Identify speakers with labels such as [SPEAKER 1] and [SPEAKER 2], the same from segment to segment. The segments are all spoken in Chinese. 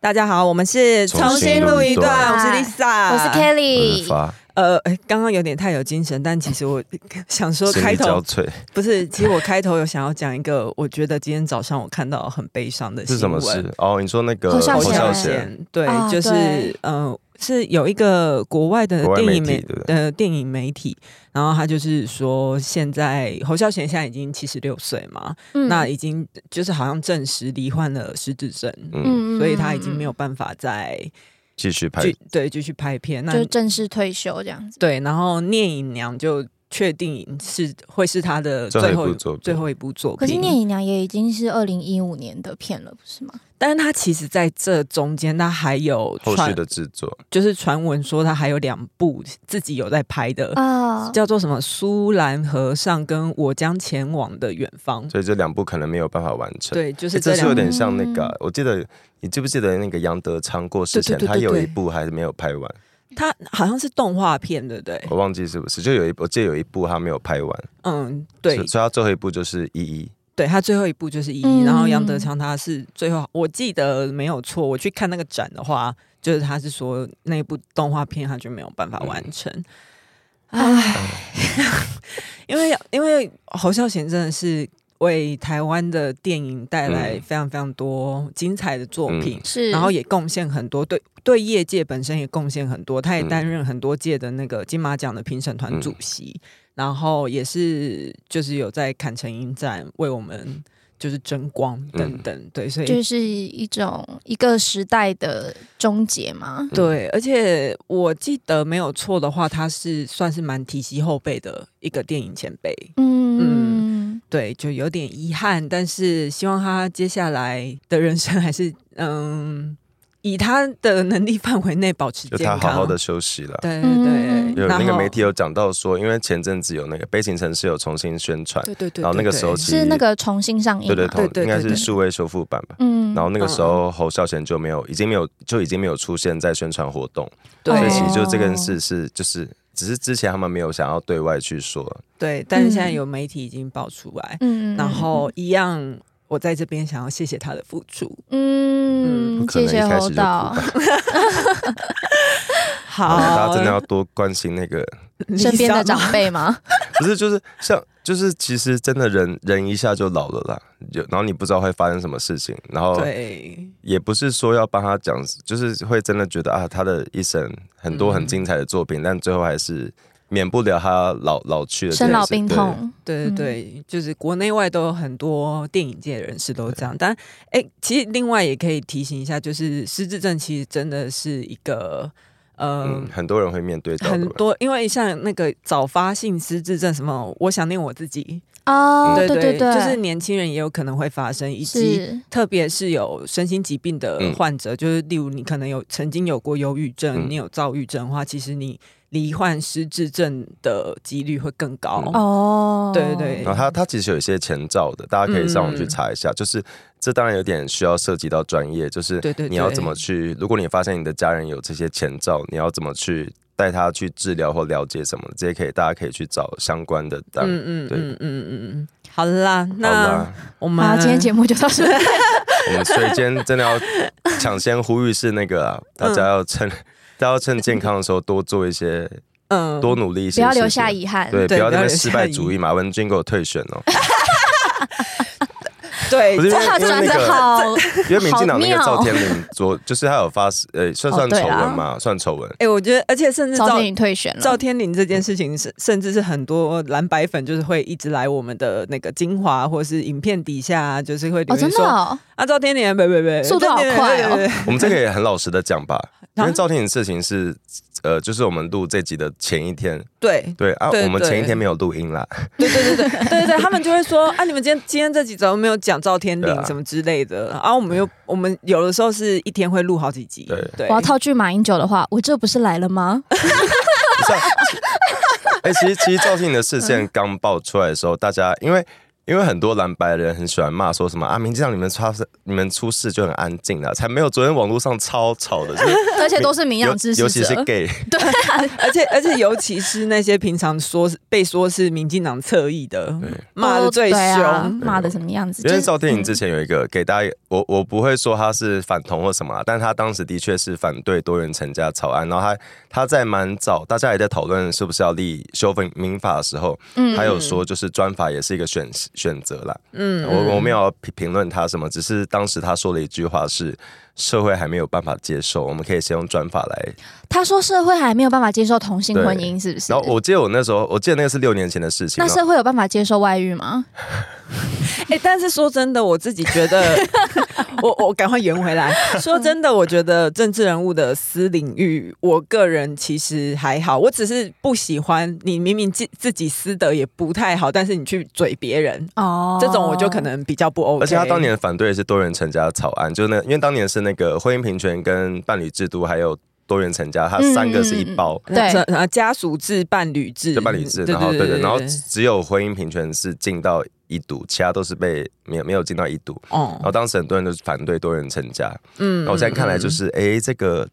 [SPEAKER 1] 大家好，我们是
[SPEAKER 2] 重新录一段
[SPEAKER 1] 我是 Lisa，
[SPEAKER 3] 我是
[SPEAKER 2] 我是
[SPEAKER 3] Kelly，
[SPEAKER 2] 嗯发
[SPEAKER 1] 呃，哎刚刚有点太有精神，但其实我想说
[SPEAKER 2] 心
[SPEAKER 1] 开
[SPEAKER 2] 力
[SPEAKER 1] 头
[SPEAKER 2] 交瘁，
[SPEAKER 1] 不是，其实我开头有想要讲一个，我觉得今天早上我看到很悲伤的新
[SPEAKER 2] 是
[SPEAKER 1] 闻。
[SPEAKER 2] 什么事？哦，你说那个
[SPEAKER 3] 侯孝
[SPEAKER 1] 侯
[SPEAKER 3] 贤
[SPEAKER 1] 孝
[SPEAKER 2] 贤，
[SPEAKER 1] 贤，对，
[SPEAKER 3] 啊
[SPEAKER 1] 就是
[SPEAKER 3] 对
[SPEAKER 1] 嗯、呃是有一个国外的
[SPEAKER 2] 国外
[SPEAKER 1] 电影
[SPEAKER 2] 媒
[SPEAKER 1] 媒
[SPEAKER 2] 体对不对
[SPEAKER 1] 呃电影媒体，然后他就是说，现在侯孝贤现在已经七十六岁嘛，
[SPEAKER 3] 嗯
[SPEAKER 1] 那已经就是好像证实罹患了失智症，
[SPEAKER 2] 嗯，
[SPEAKER 1] 所以他已经没有办法再
[SPEAKER 2] 继续拍，
[SPEAKER 1] 继对继续拍片。那
[SPEAKER 3] 就正式退休这样子。
[SPEAKER 1] 对，然后聂隐娘就确定是会是他的最
[SPEAKER 2] 最后一
[SPEAKER 1] 后
[SPEAKER 2] 部作品
[SPEAKER 1] 最后一部作品。
[SPEAKER 3] 可是聂隐娘也已经是二零一五年的片了，不是吗？
[SPEAKER 1] 但是他其实在这中间，他还有
[SPEAKER 2] 后
[SPEAKER 1] 传
[SPEAKER 2] 续的制作，
[SPEAKER 1] 就是传闻说他还有两部自己有在拍的，
[SPEAKER 3] 啊，
[SPEAKER 1] 叫做什么《苏兰和尚》跟《我将前往的远方》。
[SPEAKER 2] 所以这两部可能没有办法完成。
[SPEAKER 1] 对，就是
[SPEAKER 2] 诶这
[SPEAKER 1] 这
[SPEAKER 2] 是有
[SPEAKER 1] 两部。
[SPEAKER 2] 点像那个啊，我记得你记不记得那个杨德昌过世前，
[SPEAKER 1] 对对对
[SPEAKER 2] 他有
[SPEAKER 1] 对
[SPEAKER 2] 一部还是没有拍完，
[SPEAKER 1] 他好像是动画片，对不对？
[SPEAKER 2] 我忘记是不是，就有一我记得有一部他没有拍完，
[SPEAKER 1] 嗯，对
[SPEAKER 2] 所以，所以他最后一部就是一一，
[SPEAKER 1] 对他最后一部就是一一、
[SPEAKER 3] 嗯
[SPEAKER 1] 然后杨德昌他是最后，我记得没有错，我去看那个展的话，就是他是说那部动画片他就没有办法完成，
[SPEAKER 3] 唉，
[SPEAKER 1] 因为因为侯孝贤真的是为台湾的电影带来
[SPEAKER 2] 嗯
[SPEAKER 1] 非常非常多精彩的作品，
[SPEAKER 3] 是，
[SPEAKER 1] 然后也贡献很多，对对业界本身也贡献很多。他也
[SPEAKER 2] 嗯
[SPEAKER 1] 担任很多届的那个金马奖的评审团主席，
[SPEAKER 2] 嗯
[SPEAKER 1] 然后也是就是有在坎城影展为我们就是争光等等，
[SPEAKER 2] 嗯
[SPEAKER 1] 对，所以。
[SPEAKER 3] 就是一种一个时代的终结嘛。
[SPEAKER 2] 嗯
[SPEAKER 1] 对，而且我记得没有错的话，他是算是蛮提携后辈的一个电影前辈，
[SPEAKER 3] 嗯，
[SPEAKER 1] 对，就有点遗憾，但是希望他接下来的人生还是嗯，以他的能力范围内保持
[SPEAKER 2] 就
[SPEAKER 1] 健
[SPEAKER 2] 他
[SPEAKER 1] 康，
[SPEAKER 2] 好好的休息了。
[SPEAKER 1] 对对
[SPEAKER 3] 嗯
[SPEAKER 1] 对，
[SPEAKER 2] 有
[SPEAKER 1] 然
[SPEAKER 2] 那个
[SPEAKER 1] 后
[SPEAKER 2] 媒体有讲到说，因为前阵子有那个《悲情城市》有重新宣传，
[SPEAKER 1] 对对对，
[SPEAKER 2] 然后那个
[SPEAKER 1] 对
[SPEAKER 2] 时候
[SPEAKER 1] 对
[SPEAKER 2] 其实
[SPEAKER 3] 是那个重新上映
[SPEAKER 2] 对
[SPEAKER 3] 嘛，
[SPEAKER 2] 对，同
[SPEAKER 1] 对对
[SPEAKER 2] 应该
[SPEAKER 1] 对
[SPEAKER 2] 是数位修复版吧。
[SPEAKER 3] 嗯
[SPEAKER 2] 然后那个时
[SPEAKER 1] 嗯
[SPEAKER 2] 候侯孝贤就没有，已经没有，就已经没有出现在宣传活动，
[SPEAKER 1] 对
[SPEAKER 2] 所以
[SPEAKER 1] 对
[SPEAKER 2] 其实就这
[SPEAKER 3] 哦
[SPEAKER 2] 件事是就是。只是之前他们没有想要对外去说，
[SPEAKER 3] 哦
[SPEAKER 1] 对，但是现在
[SPEAKER 3] 嗯
[SPEAKER 1] 有媒体已经爆出来，
[SPEAKER 3] 嗯，
[SPEAKER 1] 然后一样，我在这边想要谢谢他的付出。
[SPEAKER 3] 嗯，
[SPEAKER 2] 可能
[SPEAKER 3] 谢
[SPEAKER 2] 一
[SPEAKER 3] 谢
[SPEAKER 2] 开
[SPEAKER 3] 侯
[SPEAKER 2] 始就哭
[SPEAKER 3] 导
[SPEAKER 2] 吧。。
[SPEAKER 1] 好，
[SPEAKER 2] 大家真的要多关心那个，
[SPEAKER 3] 身边的
[SPEAKER 1] Lisa
[SPEAKER 3] 长
[SPEAKER 1] 吗
[SPEAKER 3] 辈吗？
[SPEAKER 2] 不是就是像就是其实真的人人一下就老了啦，有然后你不知道会发生什么事情，然后
[SPEAKER 1] 对，
[SPEAKER 2] 也不是说要帮他讲，就是会真的觉得啊，他的一生很多
[SPEAKER 3] 嗯
[SPEAKER 2] 很精彩的作品，但最后还是免不了他老老去 了，
[SPEAKER 3] 生老病
[SPEAKER 2] 对
[SPEAKER 3] 痛，
[SPEAKER 1] 对对对，
[SPEAKER 3] 嗯
[SPEAKER 1] 就是国内外都有很多电影界人士都这样，但哎、其实另外也可以提醒一下，就是失智症其实真的是一个呃。
[SPEAKER 2] 嗯，很多人会面对到的
[SPEAKER 1] 很
[SPEAKER 2] 吧
[SPEAKER 1] 多，因为像那个早发性失智症，什么我想念我自己，
[SPEAKER 3] 哦，
[SPEAKER 1] 对
[SPEAKER 3] 对对，
[SPEAKER 1] 就是年轻人也有可能会发生，以及
[SPEAKER 3] 是
[SPEAKER 1] 特别是有身心疾病的
[SPEAKER 2] 嗯
[SPEAKER 1] 患者，就是例如你可能有曾经有过忧郁症，
[SPEAKER 2] 嗯
[SPEAKER 1] 你有躁郁症的话，其实你罹患失智症的几率会更高。
[SPEAKER 2] 嗯
[SPEAKER 3] 哦，
[SPEAKER 1] 对对
[SPEAKER 2] 然后它它其实有一些前兆的，大家可以上网
[SPEAKER 1] 嗯
[SPEAKER 2] 去查一下。就是这当然有点需要涉及到专业，就是
[SPEAKER 1] 对对对
[SPEAKER 2] 你要怎么去，如果你发现你的家人有这些前兆，你要怎么去带他去治疗或了解什么，这些可以大家可以去找相关的单。
[SPEAKER 1] 嗯嗯
[SPEAKER 2] 对
[SPEAKER 1] 嗯嗯嗯嗯，好啦，
[SPEAKER 2] 好
[SPEAKER 1] 那
[SPEAKER 2] 啦，
[SPEAKER 1] 我们
[SPEAKER 3] 好，今天节目就到这里。
[SPEAKER 2] 我们所以今天真的要抢先呼吁是那个啊、大家要趁、 大家要趁健康的时候多做一些，
[SPEAKER 1] 嗯
[SPEAKER 2] 多努力一些
[SPEAKER 3] 不
[SPEAKER 2] 事情，
[SPEAKER 3] 要留下遗憾。
[SPEAKER 2] 对，
[SPEAKER 1] 对
[SPEAKER 2] 不要
[SPEAKER 1] 不要
[SPEAKER 2] 那边
[SPEAKER 1] 留
[SPEAKER 2] 失
[SPEAKER 1] 下
[SPEAKER 2] 败
[SPEAKER 1] 遗
[SPEAKER 2] 主义。马文君给我退选哦，
[SPEAKER 1] 对
[SPEAKER 2] 不是因
[SPEAKER 3] 这
[SPEAKER 2] 为
[SPEAKER 3] 话
[SPEAKER 2] 因为
[SPEAKER 3] 讲
[SPEAKER 2] 那
[SPEAKER 3] 的
[SPEAKER 2] 个
[SPEAKER 3] 好，
[SPEAKER 2] 因为民进党那个
[SPEAKER 3] 好妙
[SPEAKER 2] 赵天麟昨就是他有发，呃、算
[SPEAKER 3] 哦
[SPEAKER 2] 算
[SPEAKER 3] 对
[SPEAKER 2] 丑闻
[SPEAKER 3] 啦
[SPEAKER 2] 嘛，算丑闻。
[SPEAKER 1] 哎、我觉得，而且甚至
[SPEAKER 3] 早
[SPEAKER 1] 赵
[SPEAKER 3] 点你退选
[SPEAKER 1] 赵
[SPEAKER 2] 哦
[SPEAKER 3] 了。
[SPEAKER 1] 天麟这件事情是，甚至是很多蓝白粉就是会一直来我们的那个精华或是影片底下啊，就是会留言
[SPEAKER 3] 哦，真的
[SPEAKER 1] 说、
[SPEAKER 3] 哦，
[SPEAKER 1] 啊，赵天麟，别别别，
[SPEAKER 3] 速度好快哦
[SPEAKER 1] 对对对
[SPEAKER 2] 我们这个也很老实的讲吧，因
[SPEAKER 1] 啊
[SPEAKER 2] 为赵天麟的事情是，呃，就是我们录这集的前一天，
[SPEAKER 1] 对
[SPEAKER 2] 对啊，
[SPEAKER 1] 对
[SPEAKER 2] 我们
[SPEAKER 1] 对
[SPEAKER 2] 前一天没有录音啦，
[SPEAKER 1] 对对对对对对对，他们就会说啊，你们今天今天这集怎么没有讲赵天
[SPEAKER 2] 对啊
[SPEAKER 1] 麟什么之类的？然后、我们又我们有的时候是一天会录好几集，
[SPEAKER 2] 对
[SPEAKER 1] 对
[SPEAKER 3] 我要套句马英九的话，我这不是来了吗？
[SPEAKER 2] 不是啊、哎、其实其实赵天麟的事件刚爆出来的时候，大家因为因为很多蓝白人很喜欢骂说什么啊，明知道你们出你们出事就很安静了，才没有昨天网络上超吵的， 就是
[SPEAKER 3] 而且都是名扬之
[SPEAKER 2] 尤
[SPEAKER 3] 识
[SPEAKER 2] 其 是
[SPEAKER 3] 者，
[SPEAKER 2] gay，
[SPEAKER 3] 啊
[SPEAKER 1] 而且而且尤其是那些平常说是被说是民进党侧翼的，骂的
[SPEAKER 3] 哦
[SPEAKER 1] 最凶。
[SPEAKER 3] 对啊骂的什么样子？
[SPEAKER 2] 因为
[SPEAKER 3] 就是
[SPEAKER 2] 赵天颖
[SPEAKER 3] 嗯
[SPEAKER 2] 之前有一个给大家，我我不会说他是反同或什么啦，啊但他当时的确是反对多元成家草案，然后他他在蛮早，大家也在讨论是不是要立修份民法的时候，
[SPEAKER 3] 嗯
[SPEAKER 2] 他有说就是专法也是一个选选择啦。
[SPEAKER 1] 嗯，
[SPEAKER 2] 我我没有评评论他什么，只是当时他说了一句话是社会还没有办法接受，我们可以先用专法来。
[SPEAKER 3] 他说社会还没有办法接受同性
[SPEAKER 2] 对
[SPEAKER 3] 婚姻，是不是？
[SPEAKER 2] 然后我记得我那时候，我记得那个是六年前的事情
[SPEAKER 3] 那
[SPEAKER 2] 了。
[SPEAKER 3] 社会有办法接受外遇吗？
[SPEAKER 1] 哎、但是说真的，我自己觉 得，我我赶快圆回来。说真的，我觉得政治人物的私领域，我个人其实还好，我只是不喜欢你明明自自己私德也不太好，但是你去嘴别人，
[SPEAKER 3] 哦，
[SPEAKER 1] 这种我就可能比较不 OK。
[SPEAKER 2] 而且他当年反对的是多元成家的草案，就是那因为当年是那个婚姻平权跟伴侣制度还有多元成家，它
[SPEAKER 3] 嗯
[SPEAKER 2] 三个是一包。
[SPEAKER 3] 对
[SPEAKER 1] 然后呃家属制、伴侣制、
[SPEAKER 2] 就伴侣制，然后对的，然后
[SPEAKER 1] 哦
[SPEAKER 2] 只有婚姻平权是进到一读，其他都是被没有没有进到一读。然后
[SPEAKER 1] 哦，
[SPEAKER 2] 当时很多人都是反对多元成家，
[SPEAKER 1] 嗯
[SPEAKER 2] 那我现在看来就是，哎，这个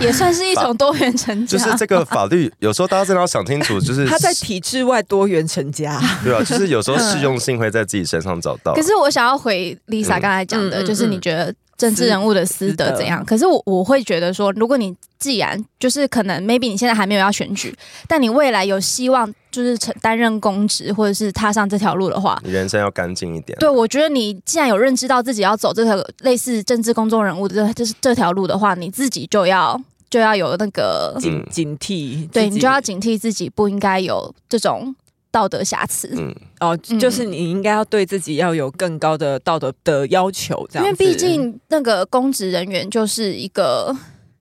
[SPEAKER 3] 也算是一种多元成
[SPEAKER 2] 就
[SPEAKER 3] 家，
[SPEAKER 2] 是这个法律，有时候大家真的要想清楚，就是
[SPEAKER 1] 他在体制外多元成家，
[SPEAKER 2] 对吧？就是有时候适用性会在自己身上找到
[SPEAKER 3] 可。是我想要回 Lisa
[SPEAKER 2] 嗯
[SPEAKER 3] 刚才讲的，
[SPEAKER 1] 嗯嗯
[SPEAKER 3] 就是你觉得政治人物的私德怎样？可是我我会觉得说，如果你既然就是可能 maybe 你现在还没有要选举，但你未来有希望就是承担任公职或者是踏上这条路的话。
[SPEAKER 2] 你人生要干净一点，
[SPEAKER 3] 对，我觉得你既然有认知到自己要走这条类似政治公众人物的这这这条路的话，你自己就要就要有那个，
[SPEAKER 1] 警
[SPEAKER 2] 嗯
[SPEAKER 1] 警惕，
[SPEAKER 3] 对
[SPEAKER 1] 自己
[SPEAKER 3] 你就要警惕自己不应该有这种道德瑕疵。
[SPEAKER 2] 嗯，
[SPEAKER 1] 哦，
[SPEAKER 3] 嗯
[SPEAKER 1] 就是你应该要对自己要有更高的道德的要求，这
[SPEAKER 3] 因
[SPEAKER 1] 样子，
[SPEAKER 3] 为毕竟那个公职人员就是一个，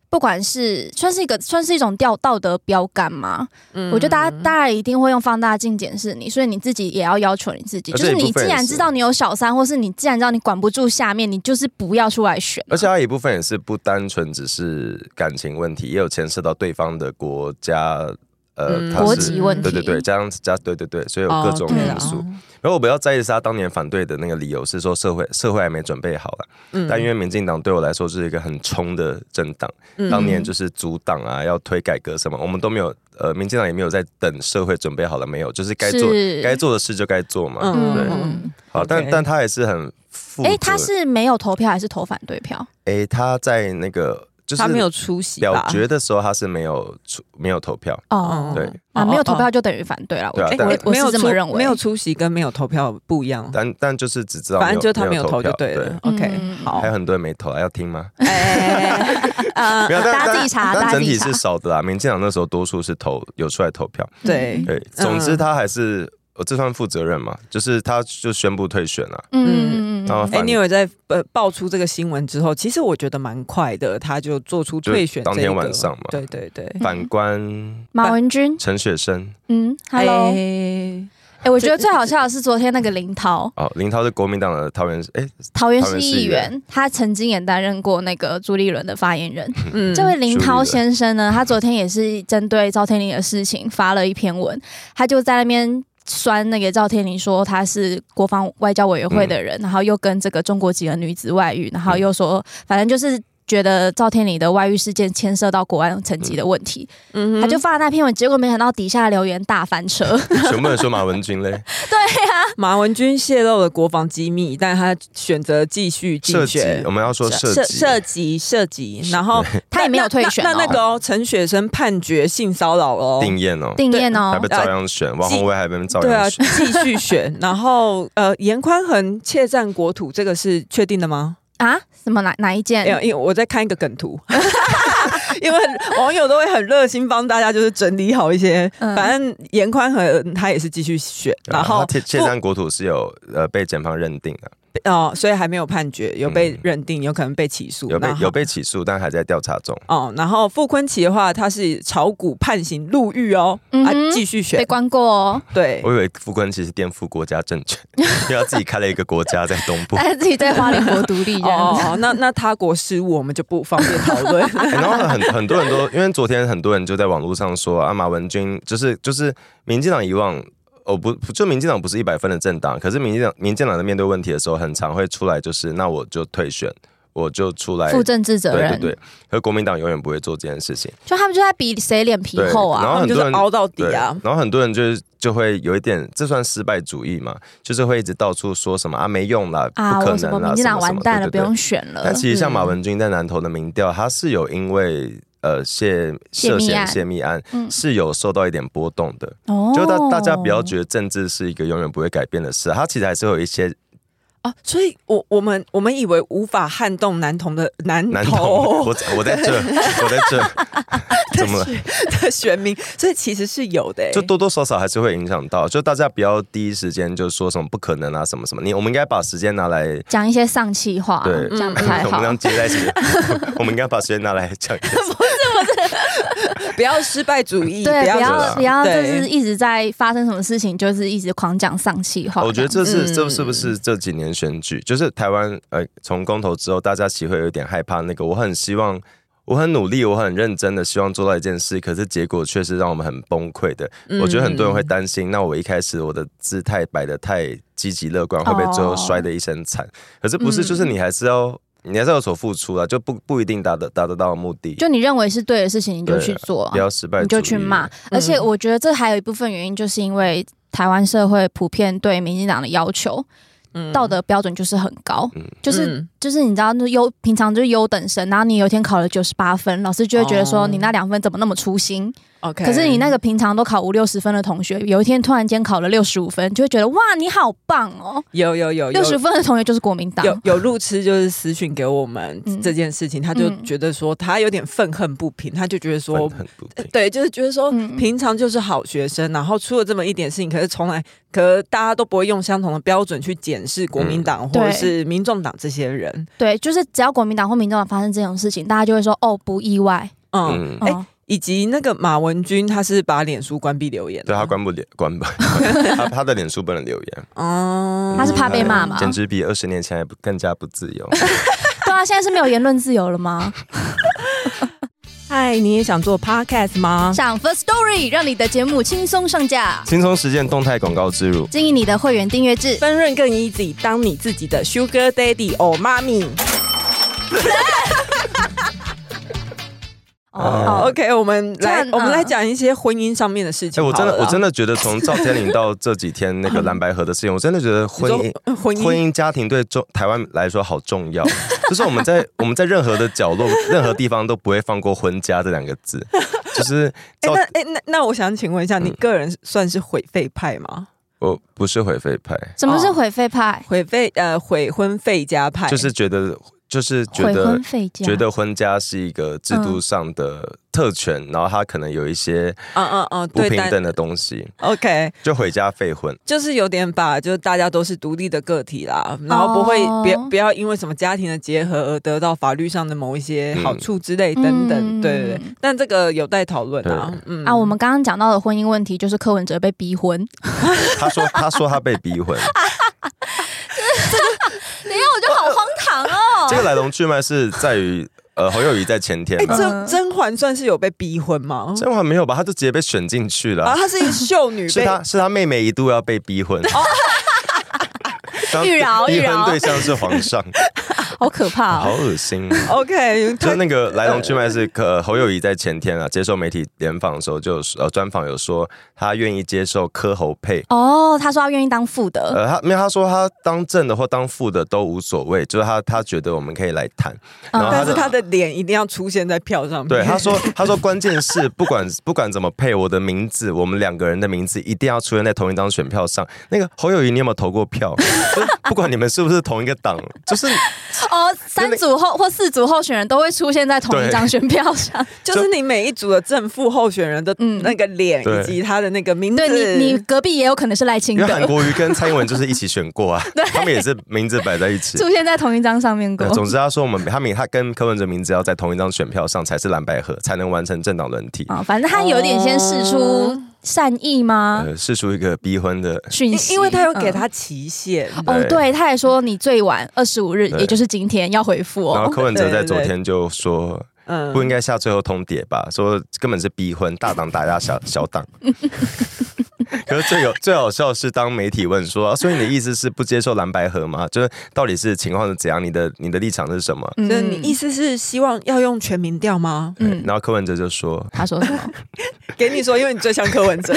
[SPEAKER 3] 不管是算是一个算是一种道道德标杆嘛。
[SPEAKER 1] 嗯
[SPEAKER 3] 我觉得大家当然一定会用放大镜检视你，所以你自己也要要求你自己，
[SPEAKER 2] 而
[SPEAKER 3] 就
[SPEAKER 2] 且
[SPEAKER 3] 是
[SPEAKER 2] 一
[SPEAKER 3] 你
[SPEAKER 2] 部
[SPEAKER 3] 既
[SPEAKER 2] 分也
[SPEAKER 3] 然
[SPEAKER 2] 是
[SPEAKER 3] 知道你有小三，或是你既然知道你管不住下面，你就是不要出来选。
[SPEAKER 2] 而且它一部分也是不单纯只是感情问题，也有牵涉到对方的国家，呃，
[SPEAKER 1] 嗯
[SPEAKER 2] 它是
[SPEAKER 3] 国籍问题，
[SPEAKER 2] 对对对，加上加对对对，所以有各种
[SPEAKER 1] 哦对啊
[SPEAKER 2] 因素。然后我比较在意是他当年反对的那个理由是说社会社会还没准备好了，
[SPEAKER 1] 嗯
[SPEAKER 2] 但因为民进党对我来说是一个很冲的政党，
[SPEAKER 1] 嗯
[SPEAKER 2] 当年就是阻挡啊，要推改革什么，我们都没有，呃，民进党也没有在等社会准备好了没有，就是该做
[SPEAKER 3] 是
[SPEAKER 2] 该做的事就该做嘛，
[SPEAKER 1] 嗯
[SPEAKER 2] 对。
[SPEAKER 1] 嗯
[SPEAKER 2] 好，但
[SPEAKER 1] OK
[SPEAKER 2] 但他也是很负责。
[SPEAKER 3] 诶，他是没有投票还是投反对票？
[SPEAKER 2] 诶他在那个就是
[SPEAKER 1] 他没有出席
[SPEAKER 2] 表
[SPEAKER 1] 吧？
[SPEAKER 2] 决的时候，他是没有出没有投票，
[SPEAKER 3] 哦，
[SPEAKER 2] 对，
[SPEAKER 3] 啊，没有投
[SPEAKER 1] 哦，
[SPEAKER 3] 票就等于反对了。我
[SPEAKER 2] 对啊
[SPEAKER 3] 觉得
[SPEAKER 2] 但
[SPEAKER 3] 我我
[SPEAKER 1] 没有
[SPEAKER 3] 是这
[SPEAKER 1] 出
[SPEAKER 3] 么认为，
[SPEAKER 1] 没有出席跟没有投票不一样，
[SPEAKER 2] 但但就是只知道没有，
[SPEAKER 1] 反正就是他没有投就
[SPEAKER 2] 票
[SPEAKER 1] 对了。哦
[SPEAKER 3] 嗯
[SPEAKER 1] OK，
[SPEAKER 3] 嗯
[SPEAKER 1] 好
[SPEAKER 2] 还有，很多人没投啊，要 听吗？
[SPEAKER 3] 哎， 呃，
[SPEAKER 2] 没有，但
[SPEAKER 3] 大家自己
[SPEAKER 2] 但
[SPEAKER 3] 查，大
[SPEAKER 2] 但
[SPEAKER 3] 家
[SPEAKER 2] 整
[SPEAKER 3] 自
[SPEAKER 2] 体
[SPEAKER 3] 己查
[SPEAKER 2] 是。少的啦。民进党那时候多数是投有出来投票，
[SPEAKER 3] 嗯
[SPEAKER 1] 对
[SPEAKER 2] 对，总之
[SPEAKER 1] 嗯
[SPEAKER 2] 他还是我这算负责任嘛，就是他就宣布退选了。
[SPEAKER 3] 嗯，嗯嗯
[SPEAKER 2] 然后
[SPEAKER 1] 哎，
[SPEAKER 2] 反
[SPEAKER 1] 你有在呃爆出这个新闻之后，其实我觉得蛮快的，他就做出退选
[SPEAKER 2] 就当天
[SPEAKER 1] 这个
[SPEAKER 2] 晚上嘛
[SPEAKER 1] 对对对，
[SPEAKER 2] 反观
[SPEAKER 3] 马文君，
[SPEAKER 2] 陈雪生
[SPEAKER 3] 嗯，Hello，哎、
[SPEAKER 1] 哎
[SPEAKER 3] 我觉得最好笑的是昨天那个林涛，
[SPEAKER 2] 哦，林涛是国民党的桃园，哎，
[SPEAKER 3] 桃园
[SPEAKER 2] 桃
[SPEAKER 3] 市
[SPEAKER 2] 园市
[SPEAKER 3] 议
[SPEAKER 2] 议
[SPEAKER 3] 员，他曾经也担任过那个朱立伦的发言人。
[SPEAKER 1] 嗯
[SPEAKER 3] 这位林涛
[SPEAKER 2] 朱立
[SPEAKER 3] 先生呢，他昨天也是针对赵天麟的事情发了一篇文，他就在那边。酸那个赵天麟说他是国防外交委员会的人，然后又跟这个中国籍的女子外遇，然后又说反正就是觉得赵天麟的外遇事件牵涉到国安层级的问题，
[SPEAKER 1] 嗯哼
[SPEAKER 3] 他就发了那篇文，结果没想到底下留言大翻车。
[SPEAKER 2] 全部人说马文君嘞，
[SPEAKER 1] 马文君泄露了国防机密，但他选择继续 竞
[SPEAKER 2] 涉及
[SPEAKER 1] 选啊
[SPEAKER 2] 我。们要说涉及
[SPEAKER 1] 涉及涉及，然后
[SPEAKER 3] 他也没有退选
[SPEAKER 1] 那
[SPEAKER 3] 哦
[SPEAKER 1] 那那那个哦，陈雪生判决性骚扰哦，
[SPEAKER 2] 定谳哦，
[SPEAKER 3] 定谳
[SPEAKER 2] 还
[SPEAKER 3] 哦
[SPEAKER 2] 被，照样选，王宏威还被照
[SPEAKER 1] 呃对啊，
[SPEAKER 2] 样
[SPEAKER 1] 继
[SPEAKER 2] 选，
[SPEAKER 1] 续 选。然后呃，严宽恒窃占国土，这个是确定的吗？
[SPEAKER 3] 啊，什么哪哪一件
[SPEAKER 1] 哎？呀，因为我在看一个梗图， 因为网友都会很热心帮大家就是整理好一些。
[SPEAKER 3] 嗯
[SPEAKER 1] 反正严宽恒他也是继续选，
[SPEAKER 2] 对啊
[SPEAKER 1] 然后
[SPEAKER 2] 他窃窃占国土是有呃被检方认定的，
[SPEAKER 1] 不哦，所以还没有判决，有被
[SPEAKER 2] 嗯
[SPEAKER 1] 认定，有可能被起诉，
[SPEAKER 2] 有被
[SPEAKER 1] 然后
[SPEAKER 2] 有被起诉，但还在调查中。
[SPEAKER 1] 哦，然后傅昆奇的话，他是炒股判刑入狱哦，
[SPEAKER 3] 嗯
[SPEAKER 1] 啊
[SPEAKER 3] 哼，
[SPEAKER 1] 继续
[SPEAKER 3] 被
[SPEAKER 1] 选，
[SPEAKER 3] 关过哦，
[SPEAKER 1] 对，
[SPEAKER 2] 我以为傅昆其实颠覆国家政权， 因为他自己开了一个国家在东部。
[SPEAKER 3] 但 是自己在花莲国独立这
[SPEAKER 1] 哦
[SPEAKER 3] 样
[SPEAKER 1] 哦
[SPEAKER 3] 子。
[SPEAKER 1] 哦，那那他国事务我们就不方便讨 论，
[SPEAKER 2] 欸然后很很多人都，因为昨天很多人就在网络上说啊，马文君就是就是民进党以往哦不不就民进党不是一百分的政党，可是民进党民进党在面对问题的时候，很常会出来就是那我就退选，我就出来。
[SPEAKER 3] 负政治责
[SPEAKER 2] 对
[SPEAKER 3] 任，
[SPEAKER 2] 哦对对，可是国民党永远不会做这件事情。
[SPEAKER 3] 就他们就在比谁脸皮
[SPEAKER 2] 对
[SPEAKER 3] 厚啊，
[SPEAKER 2] 然
[SPEAKER 1] 他
[SPEAKER 2] 后
[SPEAKER 1] 们就是
[SPEAKER 2] 很多人
[SPEAKER 1] 凹到底
[SPEAKER 2] 对，
[SPEAKER 1] 啊。
[SPEAKER 2] 然后很多人就是就会有一点，这算失败主义嘛？就是会一直到处说什么啊没用啦，
[SPEAKER 3] 啊，
[SPEAKER 2] 不可
[SPEAKER 3] 我什
[SPEAKER 2] 能
[SPEAKER 3] 么
[SPEAKER 2] 啦，
[SPEAKER 3] 民进党完蛋了，
[SPEAKER 2] 什么什么对对对
[SPEAKER 3] 不用选了。
[SPEAKER 2] 但其实像马
[SPEAKER 3] 嗯
[SPEAKER 2] 文君在南投的民调，他是有因为呃泄涉
[SPEAKER 3] 泄密
[SPEAKER 2] 嫌
[SPEAKER 3] 案
[SPEAKER 2] 泄密案
[SPEAKER 3] 嗯
[SPEAKER 2] 是有受到一点波动的。
[SPEAKER 3] 哦
[SPEAKER 2] 就大大家不要觉得政治是一个永远不会改变的事啊，它其实还是会有一些
[SPEAKER 1] 哦，所以我我们我们以为无法撼动男童的男
[SPEAKER 2] 难懂。
[SPEAKER 3] 哦
[SPEAKER 1] 童
[SPEAKER 2] 我在我在 这，我在这，怎么了？
[SPEAKER 1] 的选民，所以其实是有的、欸。
[SPEAKER 2] 就多多少少还是会影响到。就大家不要第一时间就说什么不可能啊，什么什么。你我们应该把时间拿来，
[SPEAKER 3] 讲一些丧气话，
[SPEAKER 2] 对
[SPEAKER 3] 啊
[SPEAKER 2] 嗯
[SPEAKER 3] 这样不
[SPEAKER 2] 我
[SPEAKER 3] 太
[SPEAKER 2] 们
[SPEAKER 3] 好。
[SPEAKER 2] 刚接在一起， 我们应该把时间拿来讲一下。
[SPEAKER 1] 不要失败主义，
[SPEAKER 3] 对，不
[SPEAKER 2] 这
[SPEAKER 3] 要
[SPEAKER 2] 样
[SPEAKER 3] 不要，就
[SPEAKER 1] 对
[SPEAKER 3] 是一直在发生什么事情，就是一直狂讲丧气话。
[SPEAKER 2] 我觉得这是
[SPEAKER 1] 嗯
[SPEAKER 2] 这是不是这几年选举，就是台湾呃从公投之后，大家其实会有点害怕那个。我很希望，我很努力，我很认真的希望做到一件事，可是结果却是让我们很崩溃的。
[SPEAKER 1] 嗯
[SPEAKER 2] 我觉得很多人会担心，那我一开始我的姿态摆的太积极乐观，会不会最
[SPEAKER 3] 哦
[SPEAKER 2] 后摔得一身惨？可是不是，
[SPEAKER 3] 嗯
[SPEAKER 2] 就是你还是要。你还是要有所付出啊，就不不一定达得达得到目的，
[SPEAKER 3] 就你认为是对的事情，你就去做啊
[SPEAKER 2] 不，要失败，
[SPEAKER 3] 你就去骂。。而且
[SPEAKER 1] 嗯
[SPEAKER 3] 我觉得这还有一部分原因，就是因为台湾社会普遍对民进党的要求。道德标准就是很高，
[SPEAKER 2] 嗯
[SPEAKER 3] 就是
[SPEAKER 1] 嗯
[SPEAKER 3] 就是你知道，那优平常就是优等生，然后你有一天考了九十八分，老师就会觉得说
[SPEAKER 1] 哦
[SPEAKER 3] 你那两分怎么那么粗心？
[SPEAKER 1] OK，
[SPEAKER 3] 可是你那个平常都考五六十分的同学，有一天突然间考了六十五分，就会觉得哇，你好棒哦！
[SPEAKER 1] 有有有有
[SPEAKER 3] 六十分的同学就是国民党，
[SPEAKER 1] 有有路痴就是私讯给我们
[SPEAKER 3] 嗯
[SPEAKER 1] 这件事情，他就
[SPEAKER 3] 嗯
[SPEAKER 1] 觉得说他有点愤恨不平，他就觉得说
[SPEAKER 2] 很很不平，
[SPEAKER 1] 呃对，就是觉得说
[SPEAKER 3] 嗯
[SPEAKER 1] 平常就是好学生，然后出了这么一点事情，可是从来，可大家都不会用相同的标准去检视国民
[SPEAKER 3] 嗯
[SPEAKER 1] 党或者是民众党这些人。
[SPEAKER 3] 对，就是只要国民党或民众党发生这种事情，大家就会说哦，不意外。
[SPEAKER 1] 嗯，
[SPEAKER 2] 嗯，
[SPEAKER 1] 哎
[SPEAKER 3] 嗯
[SPEAKER 1] 以及那个马文君，他是把脸书关闭留言，
[SPEAKER 2] 对他，关不了，关 不，他他的脸书不能留言，嗯
[SPEAKER 1] 哦
[SPEAKER 3] 嗯他是怕被骂嘛
[SPEAKER 2] 简直比二十年前还不更加不自由。
[SPEAKER 3] 对啊，现在是没有言论自由了吗？
[SPEAKER 1] 嗨，你也想做 podcast 吗？
[SPEAKER 3] 上 First Story 让你的节目轻松上架，
[SPEAKER 2] 轻松实践动态广告植 入，
[SPEAKER 3] 经营你的会员订阅制。
[SPEAKER 1] 分润更 easy，当你自己的 sugar daddy 哦，妈咪。
[SPEAKER 2] 哦啊
[SPEAKER 1] 哦，OK，我们来
[SPEAKER 3] 这样，
[SPEAKER 1] 我们
[SPEAKER 3] 嗯
[SPEAKER 1] 来讲一些婚姻上面的事
[SPEAKER 2] 哎、
[SPEAKER 1] 情好
[SPEAKER 2] 我
[SPEAKER 1] 了啦。
[SPEAKER 2] 真的，我真
[SPEAKER 1] 的
[SPEAKER 2] 的觉得从赵天麟到这几天那个蓝白河的事情，我真的觉得婚姻、
[SPEAKER 1] 婚
[SPEAKER 2] 婚
[SPEAKER 1] 姻
[SPEAKER 2] 姻家庭对中台湾来说好重要。就是我们在我们在任何的角落、任何地方都不会放过“婚家”这两个字。就是
[SPEAKER 1] 哎、
[SPEAKER 2] 赵，
[SPEAKER 1] 那哎、那那我想请问一下，你
[SPEAKER 2] 嗯
[SPEAKER 1] 个人算是毁废派吗？
[SPEAKER 2] 我不是回废派，
[SPEAKER 3] 什么是毁废派？
[SPEAKER 1] 毁废呃悔婚废家派，
[SPEAKER 2] 就是觉得就是哦觉
[SPEAKER 3] 悔
[SPEAKER 2] 得
[SPEAKER 3] 婚废家？嗯
[SPEAKER 2] 觉得婚家是一个制度上的特权，然后他可能有一些
[SPEAKER 1] 嗯嗯嗯，
[SPEAKER 2] 不
[SPEAKER 1] 对，
[SPEAKER 2] 平
[SPEAKER 1] 但
[SPEAKER 2] 等的东西，
[SPEAKER 1] OK，
[SPEAKER 2] 就回家废婚。
[SPEAKER 1] 就是有点把就是大家都是独立的个体啦，然后不会
[SPEAKER 3] 哦
[SPEAKER 1] 别、不要因为什么家庭的结合而得到法律上的某一些好处之类
[SPEAKER 3] 嗯
[SPEAKER 1] 等等，
[SPEAKER 3] 嗯
[SPEAKER 1] 对对对。但这个有待讨论啊，嗯
[SPEAKER 3] 啊，我们刚刚讲到的婚姻问题，就是柯文哲被逼婚。
[SPEAKER 2] 他 说他说他被逼婚，
[SPEAKER 3] 等一下，我觉得好荒唐哦。
[SPEAKER 2] 这个来龙去脉是在于呃侯友谊在前天
[SPEAKER 1] 哎、
[SPEAKER 3] 呃
[SPEAKER 2] 吧。
[SPEAKER 1] 甄甄嬛算是有被逼婚吗？
[SPEAKER 2] 甄嬛没有吧？她就直接被选进去了
[SPEAKER 1] 啊，。她是一秀女
[SPEAKER 2] 是
[SPEAKER 1] 被哦
[SPEAKER 2] 她是她妹妹一度要被逼婚。当
[SPEAKER 3] 玉娆
[SPEAKER 2] 逼
[SPEAKER 3] 玉
[SPEAKER 2] 婚
[SPEAKER 3] 娆
[SPEAKER 2] 对象是皇 上，
[SPEAKER 3] 好可怕
[SPEAKER 2] 好
[SPEAKER 3] 哦！
[SPEAKER 2] 恶心。
[SPEAKER 1] OK，
[SPEAKER 2] 就
[SPEAKER 1] 她
[SPEAKER 2] 那个来龙去脉是，呃，侯友谊在前天啊接受媒体联访的时候就有说，呃专访有说他愿意接受柯侯配，
[SPEAKER 3] 哦，他说他愿意当副的，
[SPEAKER 2] 呃，他没有他说他当正的或当副的都无所谓，就是他他觉得我们可以来谈。然后
[SPEAKER 1] 哦但
[SPEAKER 2] 他
[SPEAKER 1] 是
[SPEAKER 2] 的
[SPEAKER 1] 她的脸一定要出现在票上面。
[SPEAKER 2] 对，他说，他说关键是 不管不管怎么配，我的名字，我们两个人的名字一定要出现在同一张选票上。那个侯友谊，你有没有投过票？ 就是不管你们是不是同一个党，就是
[SPEAKER 3] 哦，三组候或四组候选人都会出现在同一张选票上。
[SPEAKER 1] 就是你每一组的正副候选人的
[SPEAKER 3] 嗯
[SPEAKER 1] 那个脸
[SPEAKER 2] 对
[SPEAKER 1] 以及他的那个名字，
[SPEAKER 3] 对你，你隔壁也有可能是赖清
[SPEAKER 2] 因为韩
[SPEAKER 3] 德，
[SPEAKER 2] 国瑜跟蔡英文就是一起选过啊，他们也是名字摆在一 起。
[SPEAKER 3] 出现在同一张上面过
[SPEAKER 2] 对。总之，他说我们他名他跟柯文哲名字要在同一张选票上才是蓝白合，才能完成政党轮替。
[SPEAKER 3] 啊、反正他有点先试出善意吗？
[SPEAKER 2] 呃，试出一个逼婚的，
[SPEAKER 3] 讯
[SPEAKER 1] 因
[SPEAKER 3] 息，
[SPEAKER 1] 因为他有给
[SPEAKER 3] 嗯
[SPEAKER 1] 他期限，
[SPEAKER 3] 哦，对，他也说你最晚二十五日，
[SPEAKER 2] 对
[SPEAKER 3] 也就是今天要回复
[SPEAKER 2] 然后
[SPEAKER 3] 哦。
[SPEAKER 2] 柯文哲
[SPEAKER 1] 对
[SPEAKER 2] 在
[SPEAKER 1] 对
[SPEAKER 2] 昨
[SPEAKER 1] 对
[SPEAKER 2] 天就说
[SPEAKER 1] 嗯，
[SPEAKER 2] 不 应该下最后通牒吧，说根本是逼婚，大党打压小小党。可是最有最好笑是，当媒体问说、啊所以你的意思是不接受蓝白合吗？就是到底是情况是怎样？你的你的立场是什么？
[SPEAKER 3] 嗯
[SPEAKER 1] 所以你意思是希望要用全民调 吗？
[SPEAKER 2] 对
[SPEAKER 3] 嗯，
[SPEAKER 2] 然后柯文哲就说，
[SPEAKER 3] 他说什么？
[SPEAKER 1] 给你说，因为你最像柯文 哲。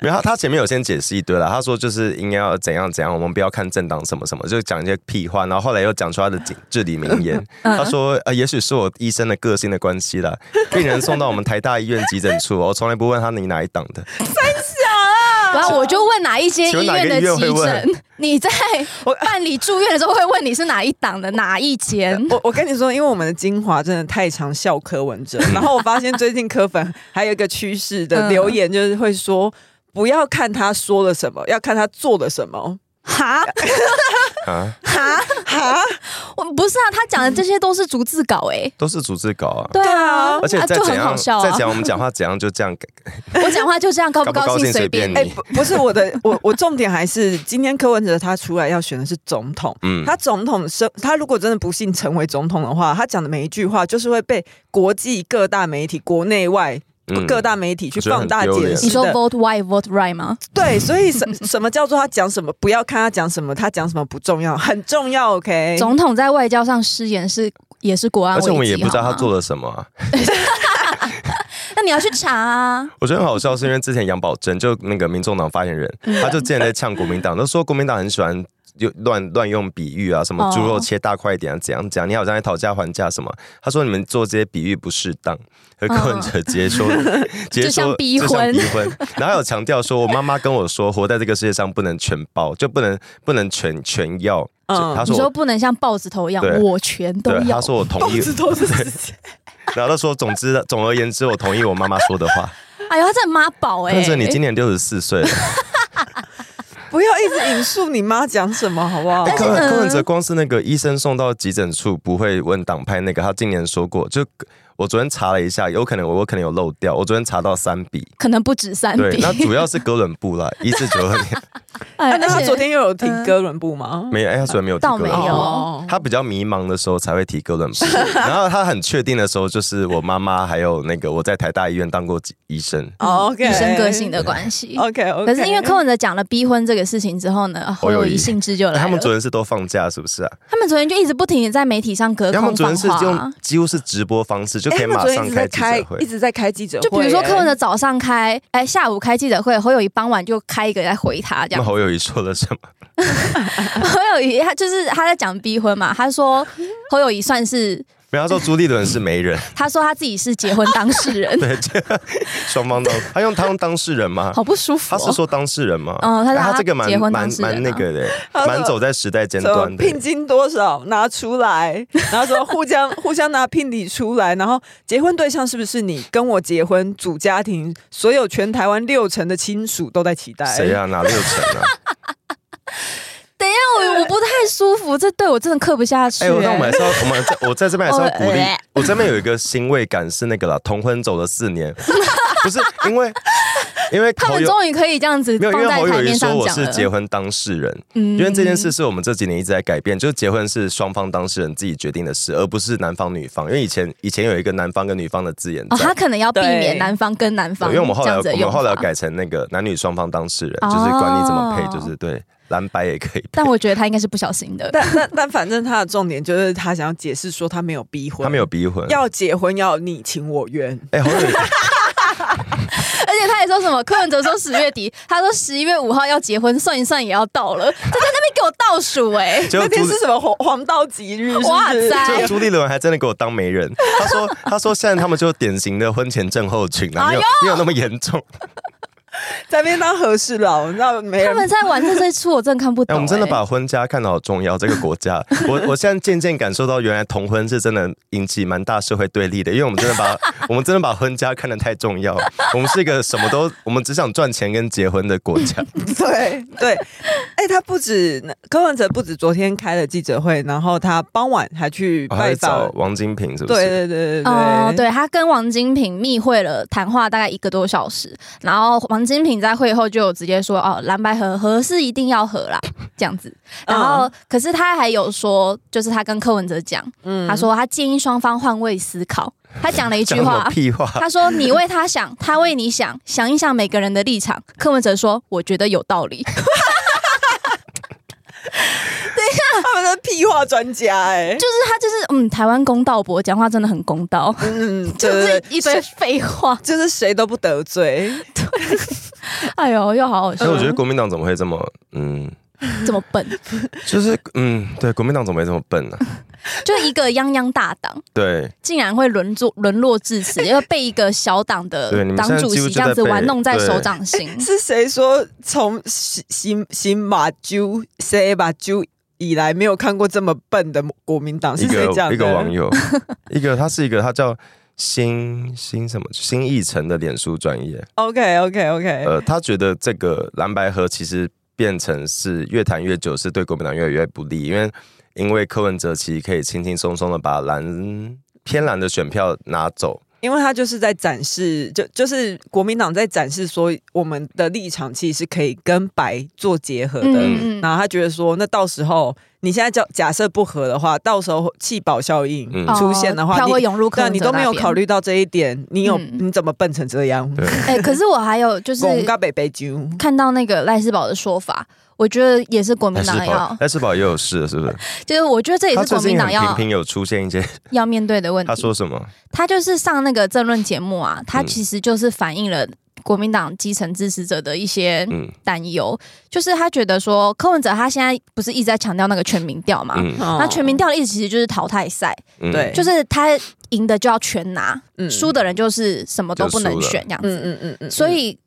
[SPEAKER 2] 然后他前面有先解释一堆了，他说就是应该要怎样怎样，我们不要看政党什么什么，就讲一些屁话，然后后来又讲出他的警至理名 言，
[SPEAKER 3] 嗯
[SPEAKER 2] 他说呃，也许是我医生的个性的关系 啦，病人送到我们台大医院急诊处，我从来不问他你哪一档的，
[SPEAKER 3] 然后我就问哪一间
[SPEAKER 2] 请问
[SPEAKER 3] 医
[SPEAKER 2] 哪
[SPEAKER 3] 院
[SPEAKER 2] 个
[SPEAKER 3] 的
[SPEAKER 2] 医院会
[SPEAKER 3] 急
[SPEAKER 2] 问
[SPEAKER 3] 诊？你在办理住院的时候会问你是哪一档的哪一 间？
[SPEAKER 1] 我我跟你说，因为我们的精华真的太常笑柯文 哲，然后我发现最近柯粉还有一个趋势的
[SPEAKER 3] 嗯
[SPEAKER 1] 留言，就是会说。不要看他说了什么，要看他做了什么。
[SPEAKER 3] 哈
[SPEAKER 2] 啊，
[SPEAKER 3] 哈哈！我不是啊，他讲的这些都是逐字稿哎、
[SPEAKER 2] 都是逐字稿啊。
[SPEAKER 3] 对
[SPEAKER 1] 啊
[SPEAKER 3] 啊，
[SPEAKER 2] 而且
[SPEAKER 3] 啊
[SPEAKER 2] 再
[SPEAKER 3] 就
[SPEAKER 2] 怎
[SPEAKER 3] 很
[SPEAKER 2] 样，
[SPEAKER 3] 好笑
[SPEAKER 2] 再
[SPEAKER 3] 啊
[SPEAKER 2] 怎！样，我们讲话怎样就这样改。
[SPEAKER 3] 我讲话就这样， 高
[SPEAKER 2] 高不高
[SPEAKER 3] 高
[SPEAKER 2] 兴
[SPEAKER 3] 兴
[SPEAKER 2] 随
[SPEAKER 3] 随
[SPEAKER 2] 便
[SPEAKER 3] 便
[SPEAKER 2] 你
[SPEAKER 1] 哎、不不是我的，我我重点还是今天柯文哲他出来要选的是总统，
[SPEAKER 2] 嗯，
[SPEAKER 1] 他总统生，他如果真的不幸成为总统的话，他讲的每一句话就是会被国际各大媒体、国内外、
[SPEAKER 2] 嗯
[SPEAKER 1] 各大媒体去放大
[SPEAKER 2] 我觉得
[SPEAKER 1] 解
[SPEAKER 2] 很丢脸
[SPEAKER 1] 释
[SPEAKER 3] 你说
[SPEAKER 1] 的。
[SPEAKER 3] vote right vote right 吗？
[SPEAKER 1] 对，所以什什么叫做他讲什么？不要看他讲什么，他讲什么不重要，很重要。OK，
[SPEAKER 3] 总统在外交上失言是也是国安
[SPEAKER 2] 而
[SPEAKER 3] 危机，
[SPEAKER 2] 且我们也不知道
[SPEAKER 3] 好
[SPEAKER 2] 他
[SPEAKER 3] 吗
[SPEAKER 2] 做了什么、啊。
[SPEAKER 3] 那你要去查啊！
[SPEAKER 2] 我觉得很好笑，是因为之前杨宝珍就那个民众党发言人，
[SPEAKER 3] 嗯
[SPEAKER 2] 他就之前在呛国民党，都说国民党很喜欢。就乱乱用比喻啊，什么
[SPEAKER 3] 哦
[SPEAKER 2] 猪肉切大块一点啊，怎样怎样？你好像在讨价还价什么？他说你们做这些比喻不适当，和柯文哲直接 说，直接
[SPEAKER 3] 嗯就像
[SPEAKER 2] 说
[SPEAKER 3] 逼
[SPEAKER 2] 就像
[SPEAKER 3] 婚
[SPEAKER 2] 逼婚，然后还有强调说，我妈妈跟我说，活在这个世界上不能全包，就不能不能全全要。
[SPEAKER 1] 嗯
[SPEAKER 2] 他
[SPEAKER 3] 你
[SPEAKER 2] 说
[SPEAKER 3] 说
[SPEAKER 2] 我
[SPEAKER 3] 不能像豹子头一样
[SPEAKER 2] 对，
[SPEAKER 3] 我全都
[SPEAKER 2] 对，他。
[SPEAKER 3] 要
[SPEAKER 2] 说我同
[SPEAKER 1] 报
[SPEAKER 2] 意，
[SPEAKER 1] 纸都是
[SPEAKER 2] 然后他说总之总而言之，我同意我妈妈说的话。
[SPEAKER 3] 哎呦，他真的妈宝哎！
[SPEAKER 2] 但是你今年六十四岁了，
[SPEAKER 1] 不要一直引述你妈讲什么，好不好？啊
[SPEAKER 2] 哎，柯
[SPEAKER 3] 呢
[SPEAKER 2] 柯
[SPEAKER 1] 嗯
[SPEAKER 2] 文哲光是那个医生送到急诊处不会问党派那个，他今年说过，就我昨天查了一下，有可能我我可能有漏掉，我昨天查到三笔，
[SPEAKER 3] 可能不止三
[SPEAKER 2] 对，
[SPEAKER 3] 笔，
[SPEAKER 2] 那主要是哥伦 布啦，一四九二年
[SPEAKER 3] 哎
[SPEAKER 1] 啊那他
[SPEAKER 3] 而且
[SPEAKER 1] 昨天又有听哥伦布吗？
[SPEAKER 2] 没有，哎，他昨天没有提
[SPEAKER 3] 倒
[SPEAKER 2] 哥伦
[SPEAKER 3] 没有
[SPEAKER 2] 布。
[SPEAKER 1] 哦
[SPEAKER 2] 他比较迷茫的时候才会提哥伦布， 然后他很确定的时候，就是我妈妈还有那个我在台大医院当过医生，
[SPEAKER 1] 哦，OK，
[SPEAKER 3] 医嗯生个性的关系。
[SPEAKER 1] ，OK OK。
[SPEAKER 3] 可是因为柯文哲讲了逼婚这个事情之后
[SPEAKER 2] 哦
[SPEAKER 3] 呢，侯友谊兴致
[SPEAKER 1] 哎
[SPEAKER 3] 就来了。
[SPEAKER 2] 哎他们昨天是都放假是不是啊？
[SPEAKER 3] 他们昨天就一直不停的在媒体上隔
[SPEAKER 2] 他们
[SPEAKER 3] 空
[SPEAKER 2] 昨天
[SPEAKER 3] 放
[SPEAKER 2] 是
[SPEAKER 3] 话
[SPEAKER 2] 用
[SPEAKER 3] 啊。
[SPEAKER 2] 几乎是直播方式，就
[SPEAKER 1] 哎
[SPEAKER 2] 可以
[SPEAKER 1] 他们
[SPEAKER 2] 马
[SPEAKER 1] 昨天
[SPEAKER 2] 上
[SPEAKER 1] 一直在
[SPEAKER 2] 开记
[SPEAKER 1] 开
[SPEAKER 2] 者会
[SPEAKER 1] 一。直在开记者会，
[SPEAKER 3] 就比如说
[SPEAKER 1] 哎
[SPEAKER 3] 柯文哲早上开，哎，下午开记者会，侯友谊傍晚就开一个来回他
[SPEAKER 2] 那
[SPEAKER 3] 这 样。
[SPEAKER 2] 侯友谊说了什么？
[SPEAKER 3] 侯友谊他就是他在讲逼婚嘛，他说 侯友谊算是
[SPEAKER 2] 没有，他说朱立伦是媒人，
[SPEAKER 3] 他说他自己是结婚当事人，
[SPEAKER 2] 对，这双方都，他用他用当事人吗？
[SPEAKER 3] 好不舒服、
[SPEAKER 2] 他
[SPEAKER 3] 哦。
[SPEAKER 2] 是说当事人吗？
[SPEAKER 3] 嗯他说
[SPEAKER 2] 哎
[SPEAKER 3] 他
[SPEAKER 2] 这个蛮
[SPEAKER 3] 结婚
[SPEAKER 2] 蛮
[SPEAKER 3] 当事人啊
[SPEAKER 2] 蛮那个的，
[SPEAKER 1] 他说
[SPEAKER 2] 蛮走在时代尖
[SPEAKER 1] 什么
[SPEAKER 2] 端的。
[SPEAKER 1] 聘金多少拿出来，然后说互相互相拿聘礼出来，然后结婚对象是不是你？跟我结婚，组家庭，所有全台湾六成的亲属都在期待。
[SPEAKER 2] 谁啊？哪六成 啊？
[SPEAKER 3] 我我不太舒服，这对我真的刻不下去、
[SPEAKER 2] 哎，我那我们还是要，我们在我在这边还是要鼓励
[SPEAKER 3] 哦呃。
[SPEAKER 2] 我这边有一个欣慰感是那个啦，同婚走了四 年，不是因为因为
[SPEAKER 3] 他
[SPEAKER 2] 侯
[SPEAKER 3] 们
[SPEAKER 2] 友
[SPEAKER 3] 终于可以这样子
[SPEAKER 2] 没有，
[SPEAKER 3] 放
[SPEAKER 2] 因为
[SPEAKER 3] 在
[SPEAKER 2] 侯
[SPEAKER 3] 台
[SPEAKER 2] 友谊
[SPEAKER 3] 面
[SPEAKER 2] 说
[SPEAKER 3] 上
[SPEAKER 2] 我
[SPEAKER 3] 讲
[SPEAKER 2] 是
[SPEAKER 3] 了。
[SPEAKER 2] 结婚当事人，
[SPEAKER 3] 嗯
[SPEAKER 2] 因为这件事是我们这几年一直在改变，就是结婚是双方当事人自己决定的事，而不是男方女方。因为以前以前有一个男方跟女方的字眼
[SPEAKER 3] 哦，
[SPEAKER 2] 在，
[SPEAKER 3] 他可能要避
[SPEAKER 1] 对
[SPEAKER 3] 免男方跟男
[SPEAKER 2] 对
[SPEAKER 3] 方，
[SPEAKER 2] 因为我们后
[SPEAKER 3] 这
[SPEAKER 2] 来
[SPEAKER 3] 样子的
[SPEAKER 2] 我们
[SPEAKER 3] 用
[SPEAKER 2] 后来
[SPEAKER 3] 法
[SPEAKER 2] 改成那个男女双方当事人，
[SPEAKER 3] 哦
[SPEAKER 2] 就是管你怎么配，就是对蓝白也可以配
[SPEAKER 3] 但。我觉得他应该是不小心的。
[SPEAKER 1] 但但但反正他的重点就是他想要解释说他没有逼婚，
[SPEAKER 2] 他没有逼婚，
[SPEAKER 1] 要结婚要你情我愿。
[SPEAKER 2] 哎，侯 友宜
[SPEAKER 3] 而且他还说什么，柯文哲说十月底，他说十一月五号要结婚，算一算也要到了，他在那边给我倒数哎、
[SPEAKER 2] 结
[SPEAKER 1] 那
[SPEAKER 2] 果
[SPEAKER 1] 天
[SPEAKER 2] 朱
[SPEAKER 1] 是什么黄黄道吉日？是不是
[SPEAKER 3] 哇塞
[SPEAKER 2] 结果朱立伦还真的给我当媒人，他 说他说现在他们就是典型的婚前症候群
[SPEAKER 3] 哎
[SPEAKER 2] 啊，没有没有那么严重。
[SPEAKER 1] 在那边当和事佬，你知道没
[SPEAKER 3] 他
[SPEAKER 1] 人
[SPEAKER 3] 们在玩这一出，我真的看不
[SPEAKER 2] 哎、
[SPEAKER 3] 懂、
[SPEAKER 2] 我们真的
[SPEAKER 3] 哎
[SPEAKER 2] 把婚家看得好重要，这个国家，我我现在渐渐感受到，原来同婚是真的引起蛮大社会对立的，因为我们真的 把我们真的把婚家看得太重要，我们是一个什么都，我们只想赚钱跟结婚的国 家。
[SPEAKER 1] 对对，哎、他不止柯文哲，不止昨天开了记者会，然后他傍晚还去
[SPEAKER 2] 我还
[SPEAKER 1] 拜
[SPEAKER 2] 会
[SPEAKER 1] 访，
[SPEAKER 2] 哦找王金平，是不是？
[SPEAKER 1] 对对对对对，
[SPEAKER 3] 哦，对他跟王金平密会了谈话大概一个多小时，然后王金平在会后就有直接说哦，蓝白合合是一定要合啦，这样 子。然后，
[SPEAKER 2] 嗯
[SPEAKER 3] 可是他还有说，就是他跟柯文哲讲，
[SPEAKER 1] 嗯
[SPEAKER 3] 他说他建议双方换位思考。他讲了一句
[SPEAKER 2] 讲什么
[SPEAKER 3] 话，
[SPEAKER 2] 屁话，
[SPEAKER 3] 他说：“你为他想，他为你想，想一想每个人的立场。”柯文哲说：“我觉得有道理。
[SPEAKER 1] 他们的屁话专家哎、”
[SPEAKER 3] 就是他就是嗯，台湾公道伯讲话真的很公道，
[SPEAKER 1] 嗯， 对
[SPEAKER 3] 就
[SPEAKER 1] 对
[SPEAKER 3] 是
[SPEAKER 1] 对
[SPEAKER 3] 一堆废话。
[SPEAKER 1] 就是谁都不得罪，
[SPEAKER 3] 哎呦，又好好 笑
[SPEAKER 2] 所以，我觉得国民党怎么会这么嗯，
[SPEAKER 3] 这么笨，
[SPEAKER 2] 就是嗯，对，国民党怎么会这么笨 呢、
[SPEAKER 3] 就一个泱泱大党，
[SPEAKER 2] 对，
[SPEAKER 3] 竟然会沦落沦落 至此，因为被一个小党的
[SPEAKER 2] 对你们
[SPEAKER 3] 党
[SPEAKER 2] 现在
[SPEAKER 3] 主
[SPEAKER 2] 几乎就
[SPEAKER 3] 席这样
[SPEAKER 2] 在
[SPEAKER 3] 子
[SPEAKER 2] 被
[SPEAKER 3] 玩弄在
[SPEAKER 2] 对
[SPEAKER 3] 手掌心。
[SPEAKER 1] 是谁说从新新新马啾谁把啾以来没有看过这么笨的国民党？
[SPEAKER 2] 一
[SPEAKER 1] 是谁讲
[SPEAKER 2] 个
[SPEAKER 1] 的？
[SPEAKER 2] 一个网 友，一个他是一个他叫新新什么新一城的脸书专业，
[SPEAKER 1] OK OK
[SPEAKER 3] 哎
[SPEAKER 1] OK，
[SPEAKER 2] 呃，他觉得这个蓝白河其实变成是越谈越久，是对国民党越来越不利，因为因为柯文哲其实可以轻轻松松的把蓝偏蓝的选票拿走，
[SPEAKER 1] 因为他就是在展示，就就是国民党在展示说我们的立场其实是可以跟白做结合的。
[SPEAKER 3] 嗯嗯嗯
[SPEAKER 1] 然后他觉得说，那到时候你现在叫假设不合的话，到时候弃保效应
[SPEAKER 2] 嗯
[SPEAKER 1] 出现的
[SPEAKER 3] 哦
[SPEAKER 1] 话，
[SPEAKER 3] 票会
[SPEAKER 1] 你
[SPEAKER 3] 涌入柯
[SPEAKER 1] 对啊
[SPEAKER 3] 文
[SPEAKER 1] 你
[SPEAKER 3] 哲
[SPEAKER 1] 都没有
[SPEAKER 3] 那边
[SPEAKER 1] 考。虑到这一点，你有、
[SPEAKER 3] 嗯
[SPEAKER 1] 你怎么笨成这样？
[SPEAKER 2] 对，
[SPEAKER 3] 哎，可是我还 有就是
[SPEAKER 1] 我告北北京，
[SPEAKER 3] 看到那个赖世宝的说法，我觉得也是国民
[SPEAKER 2] 赖世
[SPEAKER 3] 党
[SPEAKER 2] 宝
[SPEAKER 3] 要，
[SPEAKER 2] 赖世宝也有事了，是不是？
[SPEAKER 3] 就是我觉得这也
[SPEAKER 2] 他
[SPEAKER 3] 是
[SPEAKER 2] 最
[SPEAKER 3] 国
[SPEAKER 2] 近很
[SPEAKER 3] 民党
[SPEAKER 2] 频
[SPEAKER 3] 要啊
[SPEAKER 2] 频有出现一些，
[SPEAKER 3] 要面对的问题。
[SPEAKER 2] 他说什 么？
[SPEAKER 3] 他就是上那个政论节目啊，他
[SPEAKER 2] 嗯
[SPEAKER 3] 其实就是反映了国民党基层支持者的一些
[SPEAKER 2] 嗯
[SPEAKER 3] 担忧，就是他觉得说柯文哲他现在不是一直在强调那个全民调嘛，
[SPEAKER 2] 嗯
[SPEAKER 1] 那
[SPEAKER 3] 那全民调的意思其实就是淘汰赛，
[SPEAKER 2] 嗯
[SPEAKER 1] 哦对
[SPEAKER 3] 就是他赢的就要全拿，
[SPEAKER 1] 嗯
[SPEAKER 3] 输、的人就是什么都不能选这样子。
[SPEAKER 1] 嗯嗯嗯嗯，
[SPEAKER 3] 所以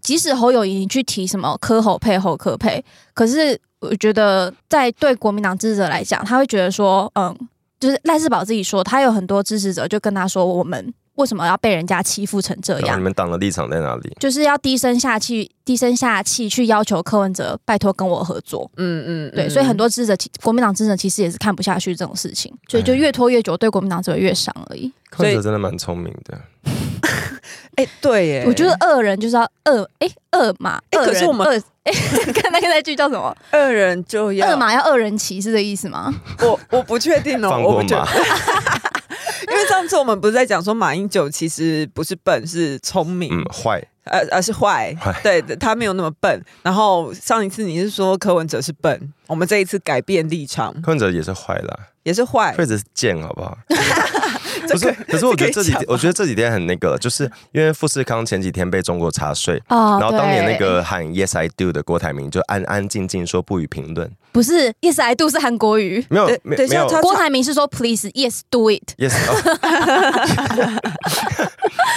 [SPEAKER 3] 即使侯友谊你去提什么科侯配侯科配，可是我觉得在对国民党支持者来讲，他会觉得说，嗯，就是赖世宝自己说，他有很多支持者就跟他说，我们为什么要被人家欺负成这
[SPEAKER 2] 然后
[SPEAKER 3] 样
[SPEAKER 1] 嗯
[SPEAKER 2] 你？们党的立场在哪里？
[SPEAKER 3] 就是要低声下气，低声下气去要求柯文哲拜托跟我合作。
[SPEAKER 1] 嗯嗯，
[SPEAKER 3] 对，
[SPEAKER 1] 嗯
[SPEAKER 3] 所以很多支持者，其国民党支持者其实也是看不下去这种事情，所
[SPEAKER 1] 哎
[SPEAKER 3] 以就越拖越久，对国民党只会越伤而已。
[SPEAKER 2] 柯
[SPEAKER 1] 所以
[SPEAKER 2] 文哲真的蛮聪明的，
[SPEAKER 1] 哎、对耶，
[SPEAKER 3] 我觉得恶人就是要恶，哎、恶嘛，
[SPEAKER 1] 哎
[SPEAKER 3] 恶
[SPEAKER 1] 可是
[SPEAKER 3] 人
[SPEAKER 1] 我们
[SPEAKER 3] 恶，哎、 看那个那句叫什么？
[SPEAKER 1] 二人就要
[SPEAKER 3] 二马要二人骑是这意思吗？
[SPEAKER 1] 我我不确定哦，
[SPEAKER 2] 放
[SPEAKER 1] 我
[SPEAKER 2] 过
[SPEAKER 1] 不确
[SPEAKER 2] 马，
[SPEAKER 1] 因为上次我们不是在讲说马英九其实不是笨，是聪明，
[SPEAKER 2] 嗯，坏，
[SPEAKER 1] 呃呃是坏
[SPEAKER 2] 坏，
[SPEAKER 1] 对他没有那么笨。然后上一次你是说柯文哲是笨，我们这一次改变立场
[SPEAKER 2] 柯文哲也是坏啦。
[SPEAKER 1] 也是坏
[SPEAKER 2] 柯，文哲是贱，好 不好？不是，可是我觉得这几
[SPEAKER 1] 哎这可以讲
[SPEAKER 2] 天
[SPEAKER 1] 吗，
[SPEAKER 2] 我觉得这几天很那个，就是因为富士康前几天被中国查税，
[SPEAKER 3] 哦，
[SPEAKER 2] 然后当年那
[SPEAKER 3] 对
[SPEAKER 2] 个喊 “Yes I do” 的郭台铭就安安静静说不予评论，
[SPEAKER 3] 不是 yes I do 是韩国语，
[SPEAKER 2] 没有
[SPEAKER 1] 对，
[SPEAKER 2] 没
[SPEAKER 1] 等一
[SPEAKER 2] 没
[SPEAKER 1] 下
[SPEAKER 2] 有
[SPEAKER 1] 他
[SPEAKER 3] 郭台铭是说 please yes do it，
[SPEAKER 2] Yes，哦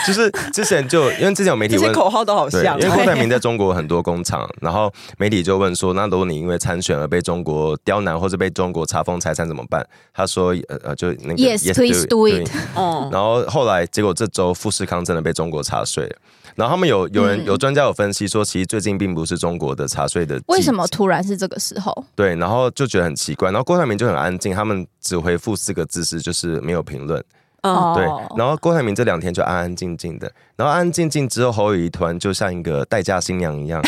[SPEAKER 2] 就是之前就因为之前有媒体
[SPEAKER 1] 这些
[SPEAKER 2] 问。
[SPEAKER 1] 口号都好
[SPEAKER 2] 对，
[SPEAKER 1] 像
[SPEAKER 2] 因为郭台
[SPEAKER 1] 对
[SPEAKER 2] 铭在中国很多工厂，然后媒体就问说，那如果你因为参选而被中国刁难，或者被中国查封财产怎么办？他说，呃呃，就那个
[SPEAKER 3] Yes, please do it 哦
[SPEAKER 1] 嗯，
[SPEAKER 2] 然后后来结果这周富士康真的被中国查税了。然后他们有有人
[SPEAKER 3] 嗯
[SPEAKER 2] 有专家有分析说，其实最近并不是中国的查税的季
[SPEAKER 3] 为什么突然是这个时候？
[SPEAKER 2] 对，然后就觉得很奇怪。然后郭台铭就很安静，他们只回复四个字是就是没有评论。
[SPEAKER 1] 嗯
[SPEAKER 2] 对
[SPEAKER 3] 哦，
[SPEAKER 2] 然后郭台铭这两天就安安静静的，然后安安静静之后，侯友谊突然就像一个待嫁新娘一 样，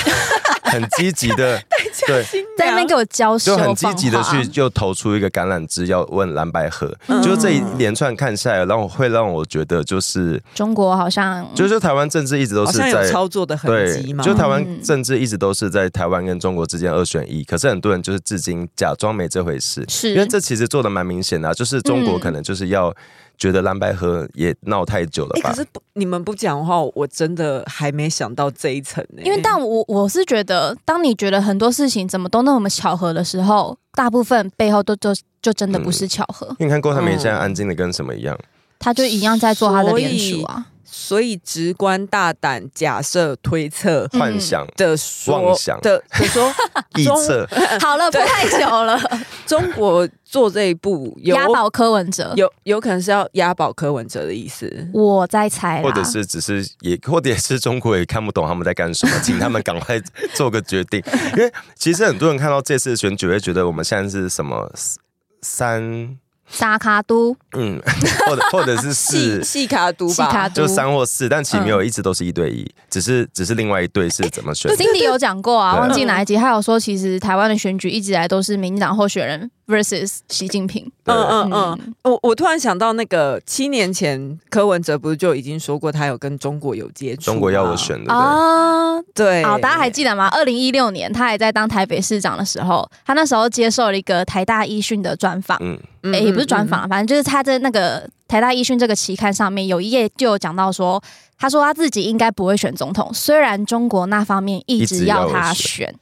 [SPEAKER 2] 很积极的，对，
[SPEAKER 1] 啊
[SPEAKER 3] 在那边给我教
[SPEAKER 2] 就
[SPEAKER 3] 授
[SPEAKER 2] 很积极的
[SPEAKER 3] 放话
[SPEAKER 2] 去又投出一个橄榄枝要问蓝白河，
[SPEAKER 1] 嗯
[SPEAKER 2] 就是这一连串看下来，让我会让我觉得就是
[SPEAKER 3] 中国好像
[SPEAKER 2] 就是台湾政治一直都
[SPEAKER 1] 好
[SPEAKER 2] 是
[SPEAKER 1] 像有
[SPEAKER 2] 在。
[SPEAKER 1] 操作的痕
[SPEAKER 2] 对
[SPEAKER 1] 迹嘛，，
[SPEAKER 2] 就台
[SPEAKER 3] 嗯
[SPEAKER 2] 湾政治一直都是在台湾跟中国之间二选一，可是很多人就是至今假装没这回事，
[SPEAKER 3] 是
[SPEAKER 2] 因为这其实做的蛮明显的啊、就是中国
[SPEAKER 3] 嗯
[SPEAKER 2] 可能就是要觉得蓝白河也闹太久了
[SPEAKER 1] 哎、
[SPEAKER 2] 吧
[SPEAKER 1] 可，是不你们不讲话，我真的还没想到这一层呢、
[SPEAKER 3] 因为但我我是觉得，当你觉得很多事情怎么都那么巧合的时候，大部分背后都就就真的不是巧合，
[SPEAKER 2] 因为你看郭台铭现在安静的跟什么一样，
[SPEAKER 3] 他就一样在做他的
[SPEAKER 1] 所以
[SPEAKER 3] 脸书啊。
[SPEAKER 1] 所以直观、大胆、假设、推测
[SPEAKER 3] 嗯
[SPEAKER 2] 幻想、
[SPEAKER 1] 的说
[SPEAKER 2] 妄想
[SPEAKER 1] 的的说，
[SPEAKER 2] 臆测，
[SPEAKER 3] 好了，不太久了，
[SPEAKER 1] 中国做这一步有
[SPEAKER 3] 押宝柯文哲，
[SPEAKER 1] 有有可能是要押宝柯文哲的意思。
[SPEAKER 3] 我在猜啦，
[SPEAKER 2] 或者是只是也，或者也是中国也看不懂他们在干什么， 请他们赶快做个决定。因为其实很多人看到这次选举会觉得我们现在是什么三
[SPEAKER 3] 沙卡都
[SPEAKER 2] 嗯， 或者或者是
[SPEAKER 1] 细
[SPEAKER 2] 四，
[SPEAKER 1] 细卡读
[SPEAKER 3] 西
[SPEAKER 1] 吧，
[SPEAKER 3] 卡都
[SPEAKER 2] 就。三或四，但其实没有一直都是一对一，只是只是另外一对是怎么选。
[SPEAKER 3] Cindy 有讲过啊，
[SPEAKER 2] 对
[SPEAKER 3] 忘记哪一集，他有说，其实台湾的选举一直以来都是民进党候选人 versus 习近平。
[SPEAKER 2] 对
[SPEAKER 1] 嗯嗯嗯，
[SPEAKER 3] 嗯，
[SPEAKER 1] 我我突然想到，那个七年前柯文哲不是就已经说过他有跟中国有接触吗？
[SPEAKER 2] 中国要我选的，对
[SPEAKER 3] 啊，
[SPEAKER 1] 对，
[SPEAKER 3] 好，大家还记得吗？二零一六年，他还在当台北市长的时候，他那时候接受了一个台大医讯的专访，
[SPEAKER 2] 嗯，
[SPEAKER 1] 嗯
[SPEAKER 3] 诶也哎不是专，访，反正就是他在那个台大医讯这个期刊上面有一页就有讲到说，他说他自己应该不会选总统，虽然中国那方面一
[SPEAKER 2] 一
[SPEAKER 3] 直
[SPEAKER 2] 直要
[SPEAKER 3] 要他
[SPEAKER 2] 我
[SPEAKER 3] 选。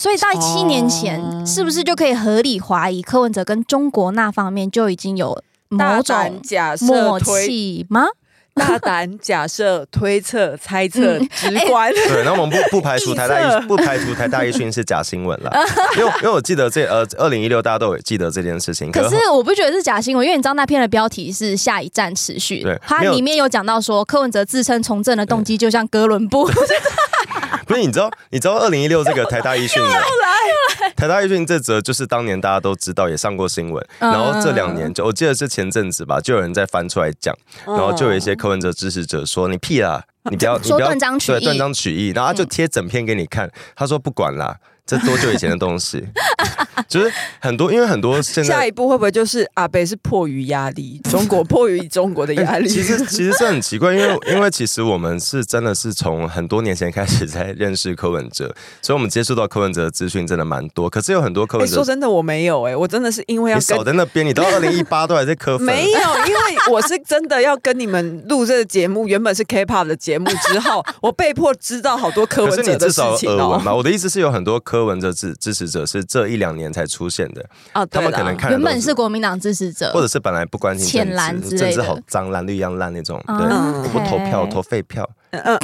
[SPEAKER 3] 所以在七年前，
[SPEAKER 1] 哦
[SPEAKER 3] 是不是就可以合理怀疑柯文哲跟中国那方面就已经有
[SPEAKER 1] 嗯嗯大
[SPEAKER 3] 某种
[SPEAKER 1] 胆假设
[SPEAKER 3] 默
[SPEAKER 1] 推，
[SPEAKER 3] 契吗？
[SPEAKER 1] 大胆假设推测猜测
[SPEAKER 3] 嗯
[SPEAKER 1] 直观，
[SPEAKER 3] 哎
[SPEAKER 2] 对。那我们不不排除
[SPEAKER 1] 臆测
[SPEAKER 2] 台大一不排除台大一讯是假新闻 啦，因为因为我记得这呃二零一六大家都有记得这件事情，
[SPEAKER 3] 可
[SPEAKER 2] 后
[SPEAKER 3] 是我不觉得是假新闻，因为你知道那篇的标题是“下一站持续
[SPEAKER 2] 对”，
[SPEAKER 3] 它
[SPEAKER 2] 没有
[SPEAKER 3] 里面有讲到说柯文哲自称从政的动机就像哥 伦布，
[SPEAKER 2] 不是你知道你知道二零一六这个台大一讯的 台大一讯这则就是当年大家都知道也上过新闻，
[SPEAKER 3] 嗯
[SPEAKER 2] 然后这两年就我记得是前阵子吧，就有人在翻出来讲，
[SPEAKER 1] 嗯
[SPEAKER 3] 嗯
[SPEAKER 2] 然后就有一些柯文哲支持者说你屁啦，你不要你
[SPEAKER 3] 哦说
[SPEAKER 2] 不要
[SPEAKER 3] 断章取
[SPEAKER 2] 对
[SPEAKER 3] 义嗯
[SPEAKER 2] 断。章取义，然后他就贴整片给你看，他说不管啦，这多久以前的东西， 就是很多，因为很多 现
[SPEAKER 1] 下
[SPEAKER 2] 在。
[SPEAKER 1] 一步会不会就是阿北是迫 于压力，中国迫于中国的压力？
[SPEAKER 2] 哎 其实其实是很奇怪，因为因为其实我们是真的是从很多年前开始在认识柯文哲，所以我们接触到柯文哲的资讯真的蛮多。可是有很多柯
[SPEAKER 1] 哎，
[SPEAKER 2] 文哲
[SPEAKER 1] 说，真的，我没有哎，我真的是因为要
[SPEAKER 2] 你
[SPEAKER 1] 跟
[SPEAKER 2] 少在那边，你到二零一八都还在 柯粉，
[SPEAKER 1] 没有，因为我是真的要跟你们录这个节目， 原本是 K-pop 的节目之后， 我被迫知道好多柯
[SPEAKER 2] 可
[SPEAKER 1] 文
[SPEAKER 2] 是
[SPEAKER 1] 哲
[SPEAKER 2] 你
[SPEAKER 1] 的
[SPEAKER 2] 至
[SPEAKER 1] 事
[SPEAKER 2] 少有
[SPEAKER 1] 情
[SPEAKER 2] 耳
[SPEAKER 1] 哦
[SPEAKER 2] 闻。吧？我的意思是，有很多柯文哲支支持者是这一两年才出现的，
[SPEAKER 1] 啊，
[SPEAKER 2] 他
[SPEAKER 1] 对
[SPEAKER 2] 们
[SPEAKER 1] 了，
[SPEAKER 2] 可能看的
[SPEAKER 3] 原
[SPEAKER 2] 都
[SPEAKER 3] 本是国民党支持者，
[SPEAKER 2] 或者是本来不关心政
[SPEAKER 3] 浅蓝
[SPEAKER 2] 治
[SPEAKER 3] 之类
[SPEAKER 2] 政治
[SPEAKER 3] 的
[SPEAKER 2] 好脏，蓝绿一样烂那种，
[SPEAKER 1] 哦
[SPEAKER 2] 对，
[SPEAKER 3] 嗯
[SPEAKER 2] 我不投票，我
[SPEAKER 3] OK
[SPEAKER 2] 投废票，对，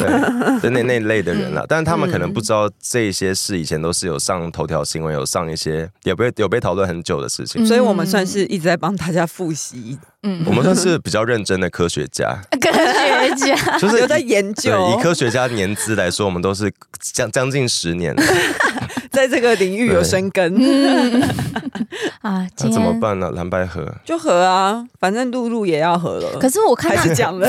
[SPEAKER 2] 对那那类的人啦。但是他们可能不知道这些事以前都是有上头条新闻，有上一些有被有被讨论很久的事情。
[SPEAKER 1] 所以我们算是一直在帮大家复习，
[SPEAKER 3] 嗯
[SPEAKER 2] 我们算是比较认真的科学家，
[SPEAKER 3] 科学家。
[SPEAKER 2] 嗯就是
[SPEAKER 1] 有在
[SPEAKER 2] 以
[SPEAKER 1] 研究，哦
[SPEAKER 2] 对以科学家年资来说，我们都是将将近十年了，
[SPEAKER 1] 在这个领域有生根，
[SPEAKER 3] 啊，
[SPEAKER 2] 那
[SPEAKER 3] 今
[SPEAKER 2] 怎么
[SPEAKER 3] 天。
[SPEAKER 2] 办呢？蓝白河
[SPEAKER 1] 就合啊，反正露露也要合了，
[SPEAKER 3] 可是我看
[SPEAKER 1] 还
[SPEAKER 3] 他，
[SPEAKER 1] 是讲了，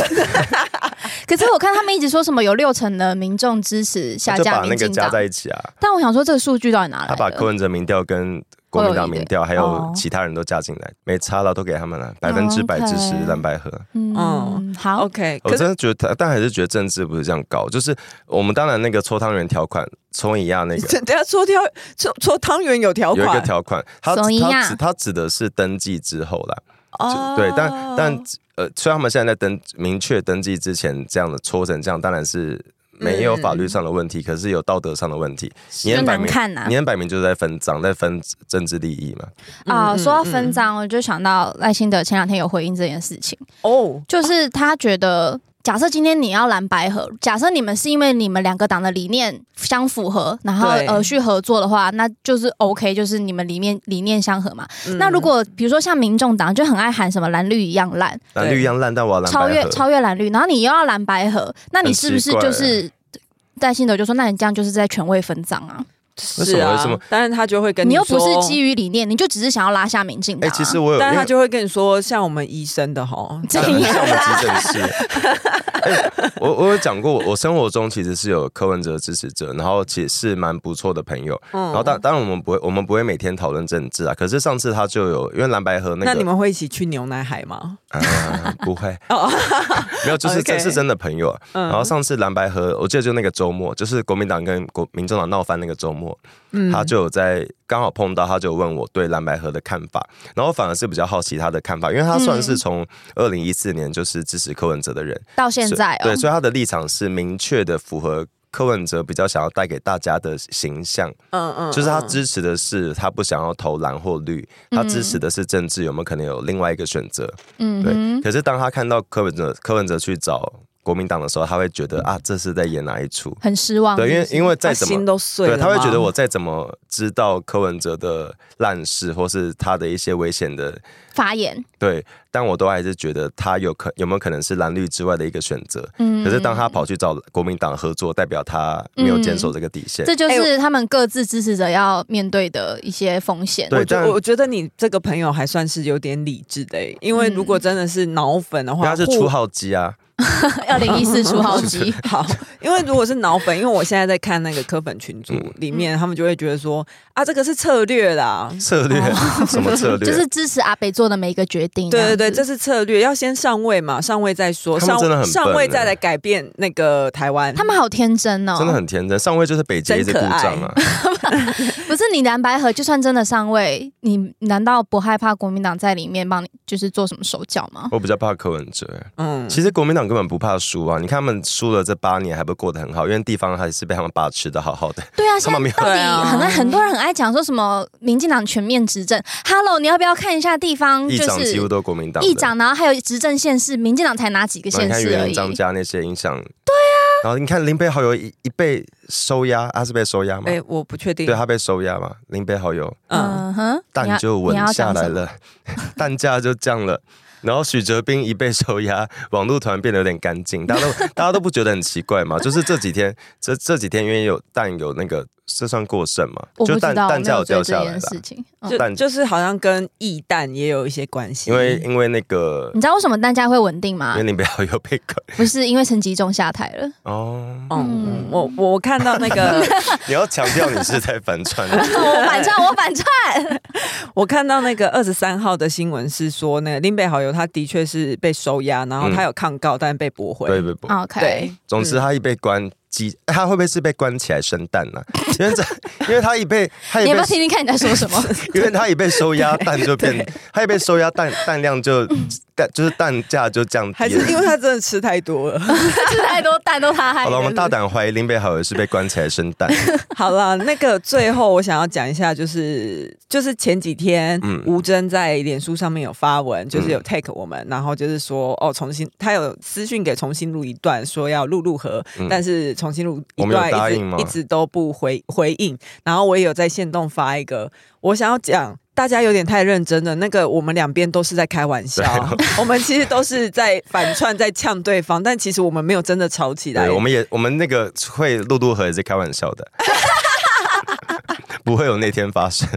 [SPEAKER 3] 可是我看他们一直说什么有六成的民众支持下
[SPEAKER 2] 就把
[SPEAKER 3] 架
[SPEAKER 2] 那
[SPEAKER 3] 民
[SPEAKER 2] 个
[SPEAKER 3] 进
[SPEAKER 2] 加
[SPEAKER 3] 党，哎呃
[SPEAKER 2] 在一起啊，
[SPEAKER 3] 但我想说这个数据到底哪
[SPEAKER 2] 他
[SPEAKER 3] 来
[SPEAKER 2] 把
[SPEAKER 3] 的
[SPEAKER 2] 柯？文哲民调跟。国民党民调还有
[SPEAKER 3] 哦
[SPEAKER 2] 其他人都加进来，没差了，都给他们了，百分之百支持
[SPEAKER 3] OK
[SPEAKER 2] 蓝白河。
[SPEAKER 3] 嗯，
[SPEAKER 1] 嗯
[SPEAKER 3] 好，
[SPEAKER 1] OK，
[SPEAKER 2] 我
[SPEAKER 1] 可是
[SPEAKER 2] 真的觉得，但还是觉得政治不是这样搞。就是我们当然那个搓汤圆条款，从以亚 那个
[SPEAKER 1] 等一下说条说说汤圆有条
[SPEAKER 2] 有一个
[SPEAKER 1] 款
[SPEAKER 2] 条款，它
[SPEAKER 3] 从一亚
[SPEAKER 2] 它指它指的是登记之后啦。
[SPEAKER 1] 哦
[SPEAKER 2] 就对，但但呃，虽然他们现在在登明确登记之前这样的搓成这样，当然是没有法律上的问题，可是有道德上的问题。你
[SPEAKER 3] 就
[SPEAKER 2] 很摆
[SPEAKER 3] 难
[SPEAKER 2] 明，
[SPEAKER 3] 看
[SPEAKER 1] 啊
[SPEAKER 3] 啊呐
[SPEAKER 2] 你很摆明就是在分赃，在分政治利益嘛。
[SPEAKER 3] 啊、
[SPEAKER 1] 嗯嗯
[SPEAKER 3] 说到分赃，我就想到赖清德前两天有回应这件事情，
[SPEAKER 1] 哦，
[SPEAKER 3] 就是他觉得，假设今天你要蓝白合，假设你们是因为你们两个党的理念相符合，然后
[SPEAKER 1] 对
[SPEAKER 3] 而去合作的话，那就是 OK，就是你们理念理念相合嘛。
[SPEAKER 1] 嗯
[SPEAKER 3] 那如果比如说像民众党就很爱喊什么蓝绿一样烂，
[SPEAKER 2] 蓝绿一样烂，但我要蓝
[SPEAKER 3] 超
[SPEAKER 2] 白
[SPEAKER 3] 越
[SPEAKER 2] 合。
[SPEAKER 3] 超越蓝绿，然后你又要蓝白合，那你是不是
[SPEAKER 2] 很奇怪
[SPEAKER 3] 就是？戴信德就说：“那你这样就是在权位分赃啊！
[SPEAKER 2] 为
[SPEAKER 1] 是
[SPEAKER 2] 什么为
[SPEAKER 1] 啊
[SPEAKER 2] 什么，
[SPEAKER 1] 但是他就会跟
[SPEAKER 3] 你又
[SPEAKER 1] 说
[SPEAKER 3] 不是基于理念，你就只是想要拉下民进
[SPEAKER 2] 哎、
[SPEAKER 3] 党、啊。
[SPEAKER 2] 其实我有，
[SPEAKER 1] 但是
[SPEAKER 2] 因为
[SPEAKER 1] 他就会跟你说，像我们医生的哈，
[SPEAKER 3] 这
[SPEAKER 2] 当然
[SPEAKER 3] 样
[SPEAKER 2] 像我们急诊室。 哎我我有讲过，我我生活中其实是有柯文哲的支持者，然后其实是蛮不错的朋友。
[SPEAKER 1] 嗯
[SPEAKER 2] 然后当当然我们不会，我们不会每天讨论政治啊。可是上次他就有，因为蓝白河那个，
[SPEAKER 1] 那你们会一起去牛奶海吗？
[SPEAKER 2] 啊不会，
[SPEAKER 1] 哦，
[SPEAKER 2] 没有，就是
[SPEAKER 1] OK
[SPEAKER 2] 这是真的朋友啊。
[SPEAKER 1] 嗯
[SPEAKER 2] 然后上次蓝白河，我记得就那个周末，就是国民党跟国民众党闹翻那个周末，
[SPEAKER 1] 嗯
[SPEAKER 2] 他就有在刚好碰到，他就问我对蓝白河的看法，然后反而是比较好奇他的看法，因为他算
[SPEAKER 1] 嗯
[SPEAKER 2] 是从二零一四年就是支持柯文哲的人，
[SPEAKER 3] 到现
[SPEAKER 2] 所以
[SPEAKER 3] 在哦，
[SPEAKER 2] 对，所以他的立场是明确的，符合柯文哲比较想要带给大家的形象，
[SPEAKER 1] 嗯嗯
[SPEAKER 2] 就是他
[SPEAKER 1] 嗯
[SPEAKER 2] 支持的是他不想要投蓝或绿，他支持的是政治有没有可能有另外一个选择。
[SPEAKER 3] 嗯
[SPEAKER 2] 对，
[SPEAKER 3] 哼，
[SPEAKER 2] 可是当他看到柯文哲柯文哲去找国民党的时候，他会觉得啊，这是在演哪一出？
[SPEAKER 3] 很失望。
[SPEAKER 2] 对，因为
[SPEAKER 3] 哦是不是
[SPEAKER 2] 因为再
[SPEAKER 1] 他
[SPEAKER 2] 怎么
[SPEAKER 1] 心都碎了
[SPEAKER 2] 对，
[SPEAKER 1] 吗，
[SPEAKER 2] 他会觉得我再怎么知道柯文哲的烂事，或是他的一些危险的，
[SPEAKER 3] 发言，
[SPEAKER 2] 对，但我都还是觉得他有可有没有可能是蓝绿之外的一个选择。
[SPEAKER 3] 嗯
[SPEAKER 2] 可是当他跑去找国民党合作，代表他没有坚守这个底线。
[SPEAKER 3] 嗯这就
[SPEAKER 1] 哎
[SPEAKER 3] 是他们各自支持者要面对的一些风险。啊
[SPEAKER 2] 对
[SPEAKER 1] 我觉
[SPEAKER 2] 但
[SPEAKER 1] 我我觉得你这个朋友还算是有点理智的、欸，因为如果真的是脑粉的
[SPEAKER 2] 因为
[SPEAKER 1] 话，
[SPEAKER 2] 他是
[SPEAKER 1] 互
[SPEAKER 2] 初号机啊，
[SPEAKER 3] 二零一四出好 集，
[SPEAKER 1] 好，因为如果是脑粉，因为我现在在看那个科粉群组
[SPEAKER 2] 嗯
[SPEAKER 1] 里面，他们就会觉得说啊，这个是策略啦。
[SPEAKER 2] 策略、什么策略？
[SPEAKER 3] 哦 就是支持阿北做的每一个决定。啊
[SPEAKER 1] 对对对，
[SPEAKER 3] 这
[SPEAKER 1] 这
[SPEAKER 3] 样子
[SPEAKER 1] 是策略，要先上位嘛，上位再说，
[SPEAKER 2] 他们
[SPEAKER 1] 上
[SPEAKER 2] 真的很笨
[SPEAKER 1] 上位
[SPEAKER 2] 欸
[SPEAKER 1] 再来改变那个台湾。
[SPEAKER 3] 他们好天真哦，
[SPEAKER 2] 真的很天真。上位就是北捷一直故障啊，
[SPEAKER 3] 不是你蓝白河就算真的上位，你难道不害怕国民党在里面帮你就是做什么手脚吗？
[SPEAKER 2] 我比较怕柯文哲、
[SPEAKER 1] 嗯，
[SPEAKER 2] 其实国民党根本不怕输啊，你看他们输了这八年还不过得很好，因为地方还是被他们把持的好好的。
[SPEAKER 3] 对啊，
[SPEAKER 2] 他
[SPEAKER 3] 现
[SPEAKER 2] 们
[SPEAKER 3] 在
[SPEAKER 2] 没有
[SPEAKER 3] 到
[SPEAKER 1] 对啊
[SPEAKER 3] 底很多很多人很爱讲说什么民进党全面执政，Hello，你要不要看一下地方
[SPEAKER 2] 议
[SPEAKER 3] 就
[SPEAKER 2] 长几乎
[SPEAKER 3] 是
[SPEAKER 2] 都是国民党的，
[SPEAKER 3] 议长，然后还有执政县市，民进党才哪几个
[SPEAKER 2] 然后
[SPEAKER 3] 县
[SPEAKER 2] 你看
[SPEAKER 3] 市
[SPEAKER 2] 袁
[SPEAKER 3] 而
[SPEAKER 2] 云
[SPEAKER 3] 已。
[SPEAKER 2] 张家那些影响，对啊，然后你看林北好友一一被收押，他是被收押吗？
[SPEAKER 1] 哎，我不确定
[SPEAKER 2] 对，。他被收押嘛，林北好友
[SPEAKER 1] 嗯，
[SPEAKER 3] 嗯哼，你
[SPEAKER 2] 蛋
[SPEAKER 3] 要
[SPEAKER 2] 就稳
[SPEAKER 3] 你要
[SPEAKER 2] 下
[SPEAKER 3] 讲
[SPEAKER 2] 来
[SPEAKER 3] 什么
[SPEAKER 2] 了， 蛋价就降了。然后许哲斌一被收押，网络突然变得有点干净，大家都大家都不觉得很奇怪嘛？就是这几天，这这几天因为有蛋有那个，这算过剩嘛？
[SPEAKER 3] 我不
[SPEAKER 2] 就
[SPEAKER 3] 知
[SPEAKER 2] 蛋
[SPEAKER 3] 道，我
[SPEAKER 2] 蛋
[SPEAKER 3] 没
[SPEAKER 2] 价有
[SPEAKER 3] 有
[SPEAKER 2] 掉
[SPEAKER 3] 追
[SPEAKER 2] 下
[SPEAKER 3] 这
[SPEAKER 2] 来
[SPEAKER 3] 件
[SPEAKER 2] 了，
[SPEAKER 3] 事情。嗯
[SPEAKER 1] 就
[SPEAKER 2] 但
[SPEAKER 1] 就是好像跟易蛋也有一些关系，
[SPEAKER 2] 因为因为那个
[SPEAKER 3] 你知道为什么单价会稳定吗
[SPEAKER 2] 因为？林北好友被告
[SPEAKER 3] 不是因为陈吉仲下台 了，
[SPEAKER 2] 哦，
[SPEAKER 1] 嗯，我我我看到那个，
[SPEAKER 2] 你要强调你是在反 串。
[SPEAKER 3] 哦我反串，我 反串。
[SPEAKER 1] 我看到那个二十三号的新闻是说，那个林北好友他的确是被收押，然后他有抗告，但被驳回。
[SPEAKER 2] 嗯对对
[SPEAKER 3] 哦
[SPEAKER 2] 不，
[SPEAKER 3] OK，
[SPEAKER 1] 对
[SPEAKER 2] 总之他一被关机，他会不会是被关起来生蛋呢、 因为这，因为他一被他
[SPEAKER 3] 你
[SPEAKER 2] 一
[SPEAKER 3] 要
[SPEAKER 2] 被
[SPEAKER 3] 不要，听听看你在说 什么？
[SPEAKER 2] 因为他一被收押，蛋就变，他一被收押，蛋蛋量就蛋就是蛋价就降
[SPEAKER 1] 嗯还
[SPEAKER 2] 低
[SPEAKER 1] 是因
[SPEAKER 2] 了。
[SPEAKER 1] 为他真的吃太多了。
[SPEAKER 3] 吃太多蛋都他害的。
[SPEAKER 2] 好了，我们大胆怀疑林北好友是被关起来生 蛋。
[SPEAKER 1] 好了，那个最后我想要讲一下，就是就是前几天
[SPEAKER 2] 嗯
[SPEAKER 1] 吴峥在脸书上面有发文，就是有 take 我们，然后就是说哦，重新他有私讯给重新录一段，说要录录合，
[SPEAKER 2] 嗯
[SPEAKER 1] 但是重新录一
[SPEAKER 2] 我们有答
[SPEAKER 1] 段一
[SPEAKER 2] 应吗
[SPEAKER 1] 直一直都不回回应，然后我也有在线动发一个，我想要讲。大家有点太认真了，那个我们两边都是在开玩笑，我们其实都是在反串，在呛对方，但其实我们没有真的吵起来
[SPEAKER 2] 对，。我们也我们那个会露露河也是开玩 笑的，不会有那天发生。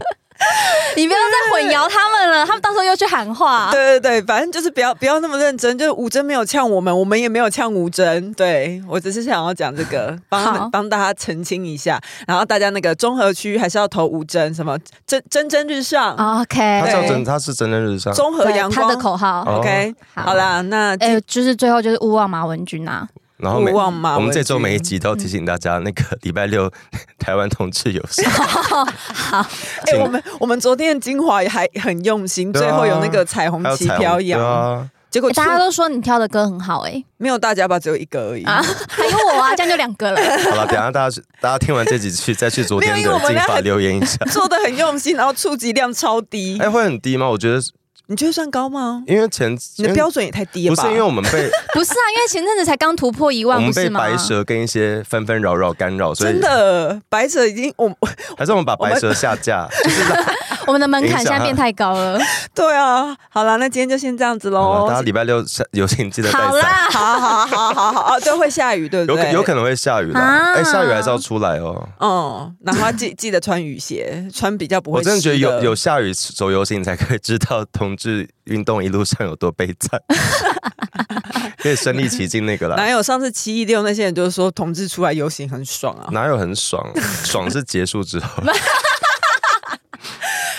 [SPEAKER 3] 你不要再混淆他们了，他们到时候又去喊话。
[SPEAKER 1] 对对对，反正就是不要不要那么认真，就是吴真没有呛我们，我们也没有呛吴真。对我只是想要讲这个， 帮他们
[SPEAKER 3] 好
[SPEAKER 1] 帮大家澄清一下。然后大家那个综合区还是要投吴真，什么蒸蒸蒸日上，
[SPEAKER 3] 哦 OK，
[SPEAKER 2] 他叫
[SPEAKER 1] 对啊
[SPEAKER 2] 真，他是蒸蒸日上。
[SPEAKER 1] 综合
[SPEAKER 3] 对
[SPEAKER 1] 阳
[SPEAKER 3] 他
[SPEAKER 1] 光。
[SPEAKER 3] 的口号。
[SPEAKER 2] 哦
[SPEAKER 1] OK，、
[SPEAKER 3] 好
[SPEAKER 1] 好呃啦，那
[SPEAKER 3] 哎、就是最后就是勿忘马文君啊，
[SPEAKER 2] 然后
[SPEAKER 1] 勿
[SPEAKER 2] 每
[SPEAKER 1] 忘嘛，
[SPEAKER 2] 我们这周每一
[SPEAKER 1] 文君。
[SPEAKER 2] 集都要提醒大家，那个礼拜六 台湾同志友 善，
[SPEAKER 1] 哎、我们我们昨天的精华也还很用心，
[SPEAKER 2] 对啊
[SPEAKER 1] 最后有那个彩虹
[SPEAKER 2] 还有
[SPEAKER 1] 旗
[SPEAKER 2] 彩
[SPEAKER 1] 飘
[SPEAKER 2] 虹对
[SPEAKER 1] 扬，
[SPEAKER 2] 啊，
[SPEAKER 1] 结果
[SPEAKER 3] 哎大家都说你挑的歌很好哎、
[SPEAKER 1] 没有大家吧，只有一个而
[SPEAKER 2] 嗯
[SPEAKER 1] 已。
[SPEAKER 3] 啊，还有我啊，这样就两 个了。
[SPEAKER 2] 好了，等一下大家去大家听完这集去再去昨天
[SPEAKER 1] 没有因为我
[SPEAKER 2] 的
[SPEAKER 1] 们
[SPEAKER 2] 金
[SPEAKER 1] 俩
[SPEAKER 2] 发
[SPEAKER 1] 很
[SPEAKER 2] 留言一下。
[SPEAKER 1] 做的很用心，然后触及量超低，
[SPEAKER 2] 哎，会很低吗？我觉得，
[SPEAKER 1] 你觉得算高吗？
[SPEAKER 2] 因为前
[SPEAKER 1] 你的标准也太低
[SPEAKER 2] 因为
[SPEAKER 1] 了
[SPEAKER 2] 哎不
[SPEAKER 1] 吧？
[SPEAKER 2] 是因为我们被
[SPEAKER 3] 不是啊，因为前阵子才刚突破一
[SPEAKER 2] 我
[SPEAKER 3] 万，
[SPEAKER 2] 们
[SPEAKER 3] 不
[SPEAKER 2] 被
[SPEAKER 3] 是吗？
[SPEAKER 2] 白蛇跟一些纷纷扰扰干扰，所以
[SPEAKER 1] 真的，白者已经我
[SPEAKER 2] 还是我们把白蛇下架，就是让
[SPEAKER 3] 我们的门槛现在变太高了。
[SPEAKER 1] 对啊，好了，那今天就先这样子
[SPEAKER 2] 好
[SPEAKER 1] 喽
[SPEAKER 2] 了。哦大家礼拜六下有请记得带
[SPEAKER 3] 好
[SPEAKER 2] 伞，
[SPEAKER 3] 啦，
[SPEAKER 1] 哦好好好好好，哦，对，会下雨，对不
[SPEAKER 2] 有可
[SPEAKER 1] 对？
[SPEAKER 2] 有可能会下雨啦。
[SPEAKER 3] 啊
[SPEAKER 2] 哎，下雨还是要出来哦。
[SPEAKER 1] 嗯，然后记记得穿雨鞋，穿比较不会。
[SPEAKER 2] 我真的觉得有有，下雨走游行，你才可以知道同志运动一路上有多悲惨，可以身临其境那个啦
[SPEAKER 1] 哪。有上次七一六那些人就是说同志出来游行很爽啊。
[SPEAKER 2] 哪有很爽？爽是结束之后。